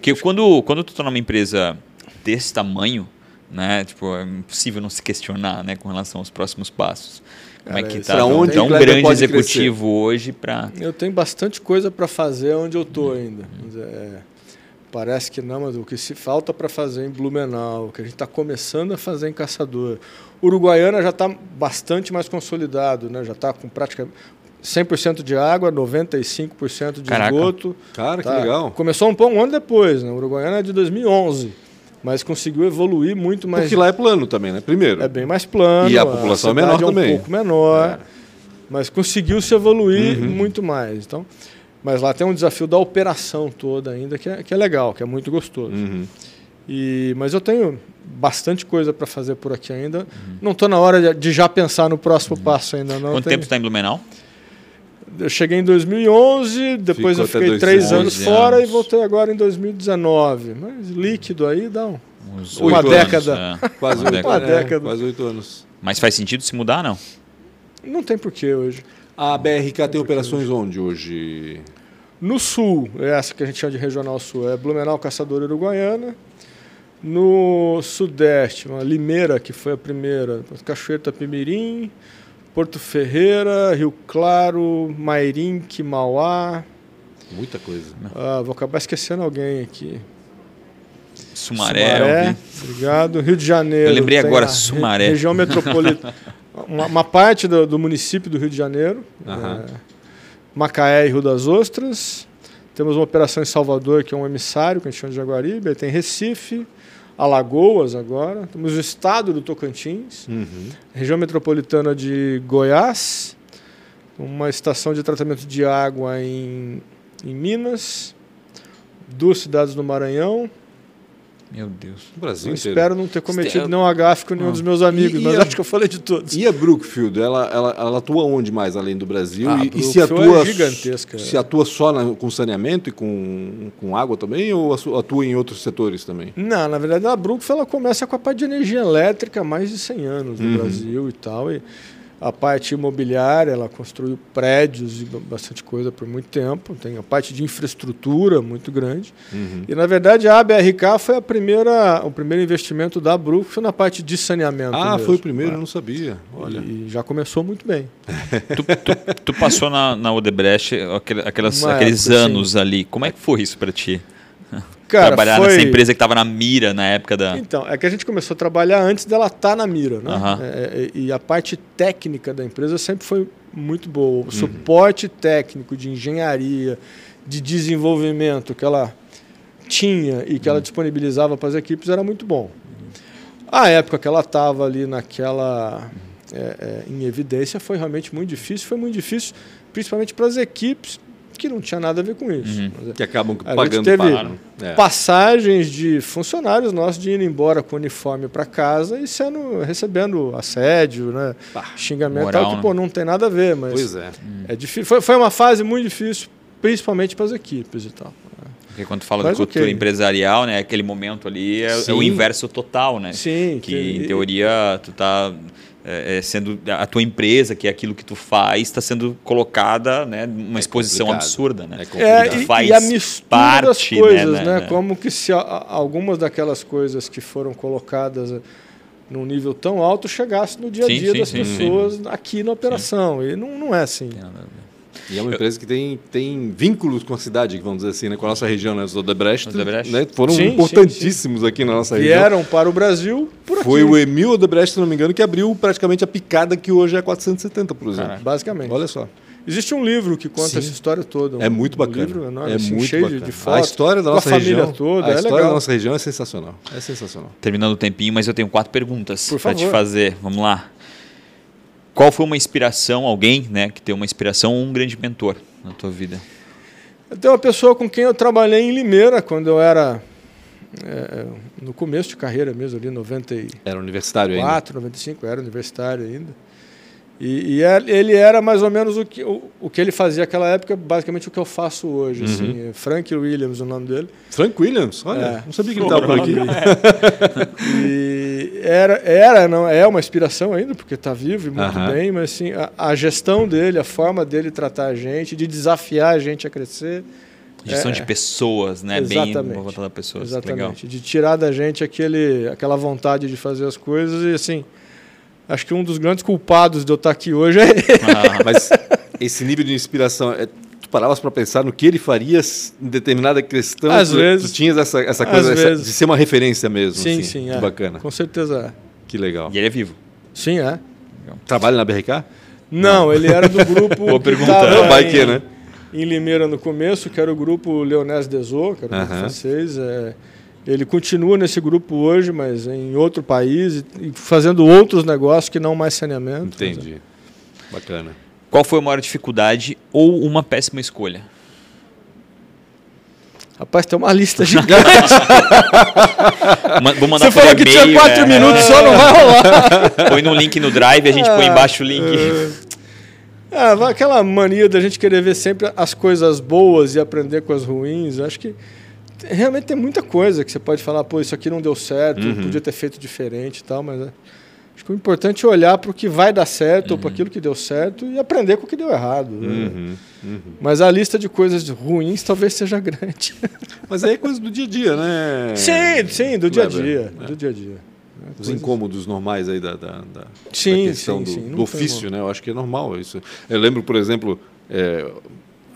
S2: que, Porque quando, quando tu tá numa empresa desse tamanho, né? Tipo, é impossível não se questionar, né, com relação aos próximos passos. Como
S1: Cara,
S2: é que
S1: pra
S2: tá tão-
S1: onde
S2: tão
S1: o Kleber
S2: grande
S1: pode
S2: executivo hoje para
S3: Eu tenho bastante coisa para fazer onde eu tô ainda. Mas, é, parece que não, mas o que se falta para fazer em Blumenau, o que a gente está começando a fazer em Caçador. Uruguaiana já está bastante mais consolidado, né? Já está com praticamente 100% de água, 95% de
S2: Caraca.
S3: esgoto.
S1: Cara, que
S3: Tá.
S1: legal.
S3: Começou um, pouco- um ano depois, né? Uruguaiana é de 2011, mas conseguiu evoluir muito mais.
S1: Porque lá é plano também, né? Primeiro.
S3: É bem mais plano.
S1: E a população é
S3: cidade
S1: menor
S3: é um
S1: também. É.
S3: pouco menor. Mas conseguiu se evoluir
S1: Uhum.
S3: muito mais. Então, mas lá tem um desafio da operação toda ainda, que é, que é legal, que é muito gostoso.
S1: Uhum.
S3: E, mas eu tenho bastante coisa para fazer por aqui ainda.
S1: Uhum.
S3: Não estou na hora de, de já pensar no próximo passo ainda. Não
S2: Quanto
S3: Tem-
S2: tempo tu tá em Blumenau?
S3: Eu cheguei em 2011, depois
S1: tá? Ficou
S3: eu
S1: até
S3: fiquei três
S1: 2011
S3: anos fora
S2: anos.
S3: e voltei agora em 2019. Mas líquido aí dá um...
S2: Uns
S1: Uma
S2: oito
S3: década.
S2: anos, é.
S1: Quase
S2: Uma
S1: oito,
S2: década.
S1: é,
S3: década.
S1: Quase oito anos.
S2: Mas faz sentido se mudar, não?
S3: Não tem porquê hoje.
S1: A BRK tem operações onde hoje?
S3: No sul, é essa que a gente chama de regional sul, é Blumenau, Caçador Uruguaiana. No sudeste, uma Limeira, que foi a primeira, Cachoeiro Tapimirim, Porto Ferreira, Rio Claro, Mairinque, Mauá.
S1: Muita coisa.
S3: Ah, vou acabar esquecendo alguém aqui.
S2: Sumaré, eu vi.
S3: obrigado. Rio de Janeiro.
S2: Eu lembrei
S3: tem
S2: agora,
S3: a re-
S2: Sumaré. [laughs]
S3: região metropolitana. uma, uma parte do, do município do Rio de Janeiro.
S1: Aham.
S3: é, Macaé e Rio das Ostras. Temos uma operação em Salvador, que é um emissário, que a gente chama de Jaguaribe. Aí Tem Recife, Alagoas agora. Temos o estado do Tocantins
S1: Uhum.
S3: região metropolitana de Goiás, uma estação de tratamento de água em, em Minas, duas cidades no Maranhão.
S2: Meu Deus.
S1: O Brasil
S3: Eu
S1: inteiro.
S3: espero não ter cometido
S2: Este-
S3: nenhum agaf com nenhum
S2: Ah.
S3: dos meus amigos,
S1: E- e
S3: mas
S1: a-
S3: acho que eu falei de todos.
S1: E a Brookfield, ela, ela, ela atua onde mais além do Brasil?
S3: Ah,
S1: e, e
S3: Brookfield
S1: se atua
S3: é gigantesca.
S1: Se atua só na- com saneamento e com, com água também ou asu- atua em outros setores também?
S3: Não, na verdade, a Brookfield ela começa com a parte de energia elétrica há mais de 100 anos no
S1: Uhum.
S3: Brasil e tal. E a parte imobiliária, ela construiu prédios e ba- bastante coisa por muito tempo. Tem a parte de infraestrutura muito grande.
S1: Uhum.
S3: E, na verdade, a ABRK foi a primeira, o primeiro investimento da Brookfield na parte de saneamento.
S1: Ah,
S3: mesmo. Ah,
S1: foi o primeiro, eu não sabia. Olha.
S3: E já começou muito bem.
S2: Tu, tu- tu passou na, na Odebrecht aquele- aquelas-
S3: Uma
S2: aqueles
S3: época,
S2: anos ali. Como é que foi isso pra ti?
S3: Cara,
S2: Trabalhar
S3: foi...
S2: nessa empresa que tava na mira na época da.
S3: Então, é que a gente começou a trabalhar antes dela estar na mira, né?
S2: Aham.
S3: É, é, e a parte técnica da empresa sempre foi muito boa. O
S2: Uhum.
S3: suporte técnico de engenharia, de desenvolvimento que ela tinha e
S2: Uhum.
S3: que ela disponibilizava para as equipes era muito bom. A época que ela estava ali naquela é, é, em evidência foi realmente muito difícil. Foi muito difícil, principalmente para as equipes que não tinha nada a ver com isso.
S2: Uhum.
S3: Mas é-
S1: Que acabam
S3: A gente
S1: pagando
S3: teve-
S1: para. É.
S3: passagens de funcionários nossos de indo embora com uniforme para casa e sendo recebendo assédio, né?
S1: Pá,
S3: xingamento,
S2: moral,
S3: tal, que
S2: né?
S3: pô, não tem nada a ver, mas
S1: Pois é.
S3: é difícil. Foi, foi uma fase muito difícil, principalmente para as equipes e tal.
S2: Porque quando fala
S3: Mas
S2: de cultura
S3: ok.
S2: empresarial, né? Aquele momento ali é, é
S1: Sim.
S2: o inverso total, né?
S3: Sim,
S2: Que
S3: tem-
S2: em teoria tu tá é, é, sendo a tua empresa, que é aquilo que tu faz, está sendo colocada, né? Uma exposição
S1: É complicado.
S2: absurda, né?
S1: É
S3: É,
S1: complicado.
S3: e,
S2: Faz
S3: e a mistura das
S2: parte, né,
S3: coisas,
S2: né,
S3: né?
S2: né?
S3: Como que se a- a- algumas daquelas coisas que foram colocadas eh, num nível tão alto chegasse no dia a
S2: Sim,
S3: dia
S2: sim,
S3: das
S2: sim, sim.
S3: pessoas aqui na operação. E não, não é assim.
S1: E é uma empresa que tem, tem vínculos com a cidade, vamos dizer assim, né? com a nossa região, né? Os Odebrecht,
S2: Odebrecht.
S1: Né? foram
S3: Sim, sim,
S1: importantíssimos aqui na nossa região.
S3: Vieram para o Brasil por aqui.
S1: Foi o Emil Odebrecht, se não me engano, que abriu praticamente a picada que hoje é 470, por exemplo.
S3: Basicamente.
S1: Olha só.
S3: Existe um livro que conta
S1: Sim.
S3: essa história toda. um-
S1: É muito
S3: um
S1: bacana.
S3: livro enorme,
S1: é
S3: assim,
S1: muito
S3: cheio de-
S1: bacana.
S3: de fotos.
S1: a história da
S3: com
S1: nossa
S3: a família
S1: região,
S3: toda.
S1: a
S3: é
S1: história
S3: legal.
S1: da nossa região é sensacional. É sensacional.
S2: Terminando o tempinho, mas eu tenho quatro perguntas
S3: Por
S2: para te
S3: favor.
S2: fazer. Vamos lá. Qual foi uma inspiração, alguém, né, que tem uma inspiração ou um grande mentor na tua vida?
S3: Eu tenho uma pessoa com quem eu trabalhei em Limeira quando eu era é, no começo de carreira mesmo, ali 94,
S1: Era universitário ainda.
S3: 95, eu era universitário ainda. E, e é- ele era mais ou menos o que, o, o que ele fazia naquela época, basicamente o que eu faço
S1: Uhum.
S3: hoje. assim, é Frank Williams, o nome dele.
S1: Frank Williams, olha,
S3: É.
S1: não sabia que ele estava por aqui.
S3: E era, era, não é uma inspiração ainda, porque está vivo e muito
S1: Aham.
S3: bem, mas assim, a, a gestão dele, a forma dele tratar a gente, de desafiar a gente a crescer,
S2: Gestão
S3: É,
S2: de
S3: é.
S2: pessoas, né? Bem
S3: Exatamente.
S2: voltada a pessoas.
S3: Exatamente.
S2: Legal.
S3: De tirar da gente aquele, aquela vontade de fazer as coisas e assim. Acho que um dos grandes culpados de eu estar aqui hoje é ele.
S2: [laughs]
S1: [laughs]
S2: Ah,
S1: Mas esse nível de inspiração, é, tu paravas para pensar no que ele faria s- em determinada questão?
S3: Às
S1: tu,
S3: vezes.
S1: Tu tinhas essa, essa coisa
S3: Às
S1: essa-
S3: vezes.
S1: de ser uma referência mesmo.
S3: Sim,
S1: assim.
S3: sim.
S1: Que
S3: é.
S1: bacana.
S3: Com certeza é.
S1: Que legal.
S2: e ele é vivo.
S3: Sim, é.
S1: Trabalha na BRK?
S3: Não, ele era
S1: [laughs]
S3: do grupo.
S2: Boa
S3: que
S2: pergunta.
S3: tava
S1: Não, vai
S3: em-
S1: que, né?
S3: Em Limeira no começo, que era o grupo Leonés Desot, que era o grupo
S1: Aham.
S3: francês. é. ele continua nesse grupo hoje, mas em outro país, e e fazendo outros negócios que não mais saneamento.
S1: Entendi. Bacana.
S2: Qual foi a maior dificuldade ou uma péssima escolha?
S3: Rapaz, tem
S1: [laughs]
S3: uma lista gigante.
S2: Ma- Vou mandar
S3: Você
S2: por
S3: falou que
S2: e-mail,
S3: tinha quatro
S1: né?
S2: é.
S3: minutos só, não vai rolar.
S2: [laughs] Põe no link no Drive, a gente põe embaixo o link.
S3: Ah, vai aquela mania da gente querer ver sempre as coisas boas e aprender com as ruins. Acho que te- realmente tem muita coisa que você pode falar, pô, isso aqui não deu certo,
S1: Uhum.
S3: podia ter feito diferente e tal, mas é, acho que o importante é olhar para o que vai dar certo ou para aquilo que deu certo e aprender com o que deu errado. né?
S1: Uhum.
S3: Mas a lista de coisas ruins talvez seja [laughs] grande.
S1: Mas aí é coisa do dia a dia, né?
S3: sim, sim, do dia a
S1: Kleber,
S3: dia.
S1: né?
S3: Do dia a dia.
S1: Os incômodos normais aí da, da, da-
S3: é. Sim,
S1: da questão
S3: sim,
S1: do,
S3: sim, não
S1: do
S3: tem
S1: ofício, né? Eu acho que é normal isso. Eu lembro, por exemplo, é,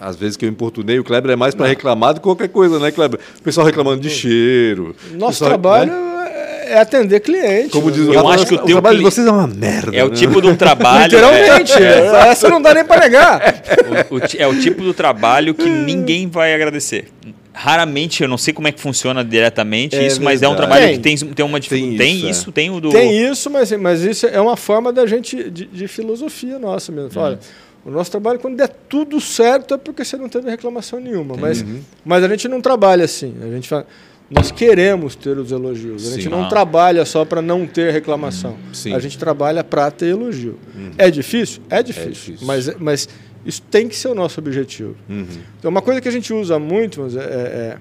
S1: às vezes que eu importunei, o Kleber é mais para reclamar do que qualquer coisa, né, Kleber? O pessoal reclamando de cheiro. o
S3: Nosso
S1: pessoal,
S3: trabalho
S1: né?
S3: é atender cliente.
S1: Como
S3: né?
S1: diz o
S2: Eu
S1: Rafa,
S2: acho que o
S1: o
S2: teu
S1: trabalho de
S2: cli-
S1: vocês é uma merda.
S2: É o
S1: né?
S2: tipo de um trabalho.
S3: Literalmente, essa não dá nem
S1: [laughs]
S3: para negar.
S2: é, o- o ti- é o tipo do trabalho que ninguém vai agradecer. Raramente, eu não sei como é que funciona diretamente
S1: É
S2: isso, mas é um
S1: verdade.
S2: trabalho
S3: Tem.
S2: que tem, tem uma dificuldade.
S1: Tem
S2: Tem
S1: isso,
S2: isso,
S1: é.
S2: tem, o do.
S3: Tem isso, mas, mas isso é uma forma da gente, de, de filosofia nossa mesmo. Olha, o nosso trabalho, quando der tudo certo, é porque você não teve reclamação nenhuma. Mas, mas a gente não trabalha assim. A gente fala, nós queremos ter os elogios. A gente
S1: Sim.
S3: não
S2: Ah.
S3: trabalha só para não ter reclamação.
S1: Sim.
S3: A gente trabalha para ter elogio. É difícil? É difícil.
S1: difícil.
S3: Mas, mas isso tem que ser o nosso objetivo.
S1: Uhum.
S3: Então, uma coisa que a gente usa muito, mas é, é- é-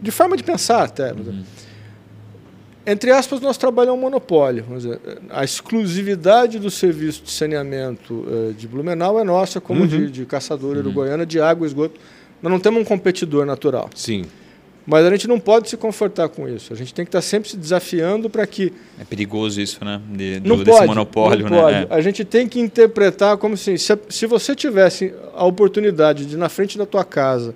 S3: de forma de pensar até, mas é- entre aspas, nosso trabalho é um monopólio. vamos dizer, a exclusividade do serviço de saneamento eh, de Blumenau é nossa, como de, de caçador uruguaiana, de água e esgoto. Nós não temos um competidor natural.
S1: Sim.
S3: Mas a gente não pode se confortar com isso. A gente tem que estar sempre se desafiando para que
S2: É perigoso isso, né? De- do-
S3: não
S2: desse
S3: pode,
S2: monopólio,
S3: não pode.
S2: né?
S3: A gente tem que interpretar como assim, se, se você tivesse a oportunidade de na frente da tua casa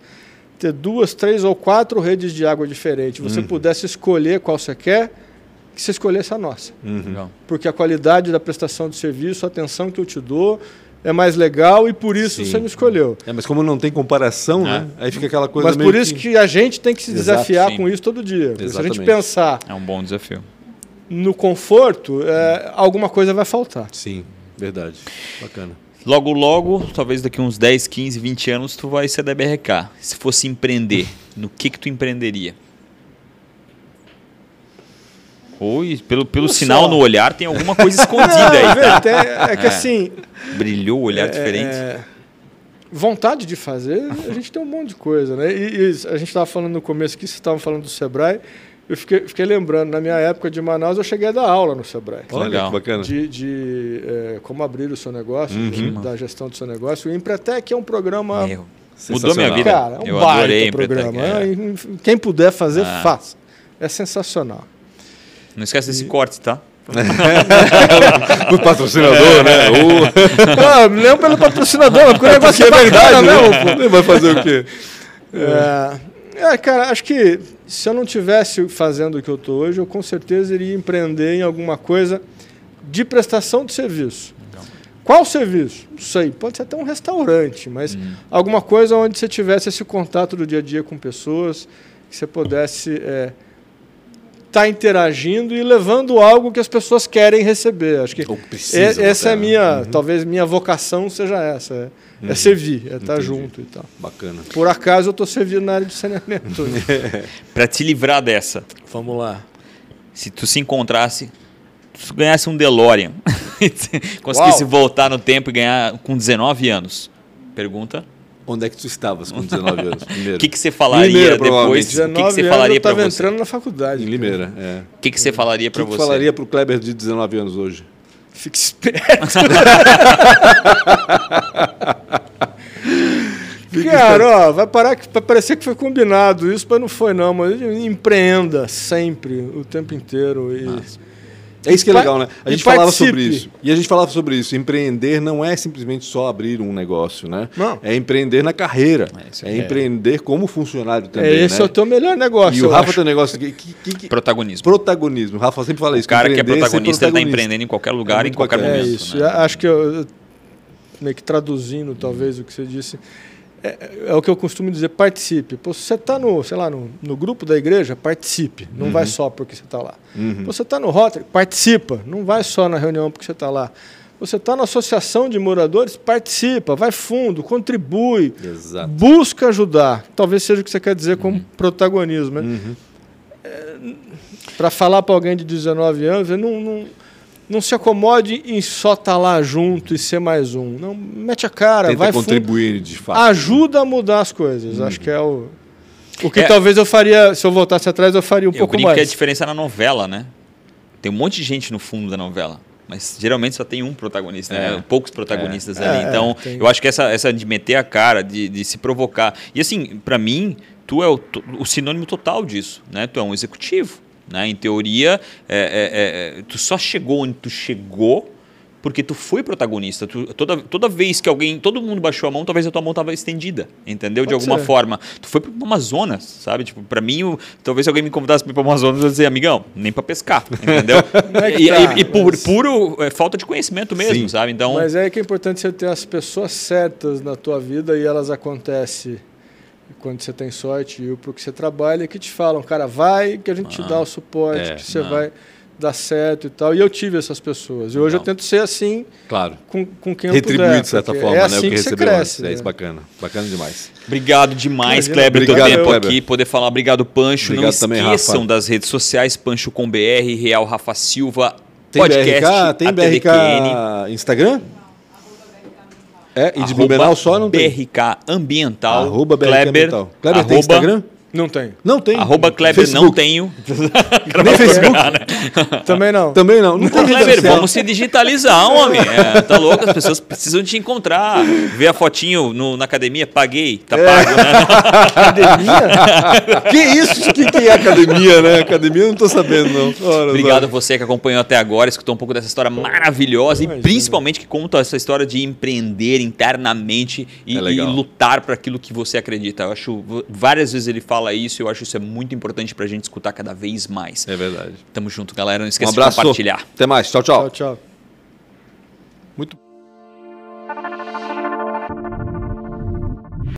S3: ter duas, três ou quatro redes de água diferentes,
S2: Uhum.
S3: você pudesse escolher qual você quer, que você escolhesse a nossa.
S2: É. Legal.
S3: Porque a qualidade da prestação de serviço, a atenção que eu te dou é mais legal e por
S1: Sim.
S3: isso você me escolheu.
S1: É, mas como não tem comparação, né? Aí fica aquela coisa
S3: Mas
S1: meio
S3: por isso que... a gente tem que se
S1: Exato,
S3: desafiar
S2: sim.
S3: com isso todo dia. Porque Se a gente
S1: Exatamente.
S3: pensar
S2: É um bom desafio.
S3: no conforto, é, alguma coisa
S2: [laughs]
S3: vai faltar.
S1: Sim, verdade. Bacana.
S2: Logo, logo, talvez daqui uns 10, 15, 20 anos, tu vai ser da BRK. Se fosse empreender, no que que tu empreenderia? Ou, e pelo, pelo
S3: Não
S2: sinal
S3: só.
S2: no olhar, tem alguma coisa
S3: Não,
S2: escondida aí,
S3: vê,
S2: tá?
S3: tem- [laughs] é que assim,
S2: Brilhou o olhar
S3: É,
S2: diferente.
S3: é, vontade de fazer,
S2: [laughs]
S3: a gente tem um monte de coisa, né? E, e a gente estava falando no começo que vocês estavam falando do Sebrae. Eu fiquei, fiquei lembrando, na minha época de Manaus, eu cheguei a dar aula no Sebrae.
S1: Olha
S2: legal.
S1: que bacana.
S3: De, de, é, como abrir o seu negócio, de- da gestão do seu negócio. O Empretec é um programa.
S2: Uhum. Meu, mudou minha
S1: Sensacional. [laughs]
S2: vida.
S3: cara, é um
S2: Eu
S3: baita
S2: adorei a Empretec,
S3: programa.
S2: é.
S3: É, Quem puder fazer,
S2: Ah.
S3: faça. É sensacional.
S2: Não esquece desse corte, tá?
S1: O patrocinador,
S3: [laughs]
S1: né? O...
S3: Não, não pelo patrocinador, mas porque o negócio é verdade mesmo. pô.
S1: né? Ele Vai fazer o quê?
S3: É, é, cara, acho que se eu não tivesse fazendo o que eu estou hoje, eu com certeza iria empreender em alguma coisa de prestação de serviço. Qual serviço? Não sei, pode ser até um restaurante, mas
S1: Uhum.
S3: alguma coisa onde você tivesse esse contato do dia a dia com pessoas, que você pudesse estar interagindo e levando algo que as pessoas querem receber. Acho que
S1: Ou precisam
S3: e- essa é
S1: até,
S3: a
S1: né?
S3: minha, talvez minha vocação seja essa, é, é servir, é estar
S1: Entendi.
S3: junto e tal.
S1: Bacana.
S3: Por acaso eu estou servindo na área de saneamento.
S2: Pra te livrar dessa,
S3: Vamos lá.
S2: se tu se encontrasse, se tu ganhasse um DeLorean, [laughs] conseguisse
S3: Uau.
S2: voltar no tempo e ganhar com 19 anos. Pergunta.
S1: Onde é que tu estavas com 19 anos primeiro?
S3: [laughs]
S2: O que, que você falaria
S1: Limeira,
S2: depois?
S1: provavelmente.
S2: O que,
S3: 19
S2: que você
S3: anos eu
S2: falaria para
S3: estava
S2: você?
S3: entrando na faculdade.
S1: Em
S3: cara.
S1: Limeira, é.
S2: O que, que você falaria
S1: O que
S2: para
S1: que
S2: você?
S1: tu falaria pro Kleber de 19 anos hoje?
S3: Fica esperto. Cara, ó, vai parar que vai parecer que foi combinado isso, mas não foi não. Mas empreenda sempre, o tempo inteiro. E...
S1: É isso que é
S3: E pa-
S1: legal, né? A
S3: e
S1: gente falava
S3: participe.
S1: sobre isso. E a gente falava sobre isso. Empreender não é simplesmente só abrir um negócio, né?
S3: Não.
S1: É empreender na carreira.
S2: É, isso
S1: É,
S2: é-
S1: empreender como funcionário também.
S3: é, esse
S1: né?
S3: é o teu melhor negócio.
S1: E o
S3: eu
S1: Rafa
S3: acho.
S1: tem um negócio que, que- que- que-
S2: Protagonismo.
S1: protagonismo. O Rafa sempre fala isso.
S2: o cara que é
S1: empreender é ser
S2: protagonista, ele
S3: tá
S2: está
S1: protagonista.
S2: empreendendo em qualquer lugar,
S1: É
S2: em
S1: muito
S2: qualquer
S1: bacana.
S3: É
S2: momento.
S3: isso.
S2: né?
S3: Eu Acho que eu, eu- meio que traduzindo talvez o que você disse. É, é o que eu costumo dizer, participe. Pô, se você está no, sei lá, no, no grupo da igreja, participe. Não vai só porque você está lá.
S1: Uhum.
S3: Pô, Você está no Rotary, participa. Não vai só na reunião porque você está lá. Você está na associação de moradores, participa, vai fundo, contribui,
S1: Exato.
S3: busca ajudar. Talvez seja o que você quer dizer
S2: Uhum.
S3: com protagonismo. Né? para falar para alguém de 19 anos, não, não, não se acomode em só estar lá junto e ser mais um. Não, mete a cara,
S1: Tenta
S3: vai fundo, Ah,
S1: contribuir de fato.
S3: ajuda a mudar as coisas. Acho que é o o que
S2: Uhum. É.
S3: talvez eu faria, se eu voltasse atrás, eu faria um
S2: Eu
S3: pouco
S2: brinco que é a
S3: mais.
S2: diferença na novela, né? Tem um monte de gente no fundo da novela. Mas geralmente só tem um protagonista, né? Poucos protagonistas ali.
S3: É,
S2: então,
S3: tem.
S2: eu acho que essa, essa de meter a cara, de, de se provocar. E assim, pra mim, tu é o, to- o sinônimo total disso, né? Tu é um executivo. Né? Em teoria, é- é- é- tu só chegou onde tu chegou porque tu foi protagonista. Tu- toda, toda vez que alguém, todo mundo baixou a mão, talvez a tua mão estava estendida, entendeu? de
S3: Pode
S2: alguma
S3: ser.
S2: forma. Tu foi pro Amazonas, sabe? Tipo, pra mim, o- talvez alguém me convidasse para ir pro Amazonas, eu ia dizer, amigão, nem
S1: [laughs]
S2: pra pescar, entendeu?
S3: é que
S2: e
S3: tá?
S2: e- e por
S3: Mas-
S2: puro é, falta de conhecimento mesmo,
S1: Sim.
S2: sabe? Então,
S3: Mas é que é importante você ter as pessoas certas na tua vida e elas acontecem quando você tem sorte e o pro que você trabalha que te falam, cara, vai que a gente te dá o suporte,
S1: É,
S3: que você
S2: não.
S3: vai dar certo e tal. E eu tive essas pessoas. E hoje
S2: Legal.
S3: eu tento ser assim
S1: Claro.
S3: com, com quem eu
S1: Retribuir
S3: puder.
S1: de certa
S3: porque
S1: forma,
S3: é
S1: né?
S3: assim
S1: o que,
S3: você
S1: recebeu antes.
S3: cresce.
S1: É
S3: né?
S1: isso, bacana. Bacana demais.
S2: obrigado demais,
S3: Imagina,
S2: Kleber, teu
S1: obrigado,
S2: tempo
S1: Kleber.
S2: aqui, poder falar. Obrigado, Pancho. Não
S1: Obrigado também,
S2: esqueçam
S1: Rafa.
S2: das redes sociais, Pancho com BR, Real Rafa Silva,
S1: Tem
S2: podcast,
S1: BRK, tem BRK
S2: ATDQN.
S1: Instagram? É, e de
S2: arroba
S1: Blumenau só não tem.
S2: BRK Ambiental.
S1: Arroba BRK
S2: Kleber.
S1: Ambiental. Kleber tem
S2: arroba-
S1: Instagram?
S3: Não tem.
S1: Não tem.
S2: Arroba Kleber, não
S1: Facebook. [laughs]
S2: tenho.
S1: Nem Facebook?
S3: Também não.
S1: Também não. é. Não tem rede
S2: Kleber,
S1: social.
S2: vamos se digitalizar, homem. É, tá louco? As pessoas precisam te encontrar. Ver a fotinho no- na academia, paguei, tá
S1: É.
S2: pago,
S1: [laughs]
S2: né?
S3: Academia?
S1: Que isso? O que, que é academia, né? Academia eu não tô sabendo, não. Ora,
S2: Obrigado
S1: ora.
S2: a você que acompanhou até agora, escutou um pouco dessa história maravilhosa e principalmente que conta essa história de empreender internamente e,
S1: É legal.
S2: e lutar para aquilo que você acredita. Eu acho, várias vezes ele fala isso e eu acho isso é muito importante pra gente escutar cada vez mais.
S1: É verdade.
S2: Tamo junto, galera. Não
S1: Um
S2: esquece de
S1: abraço.
S2: compartilhar.
S1: Até mais. Tchau, tchau.
S3: tchau, tchau.
S1: Muito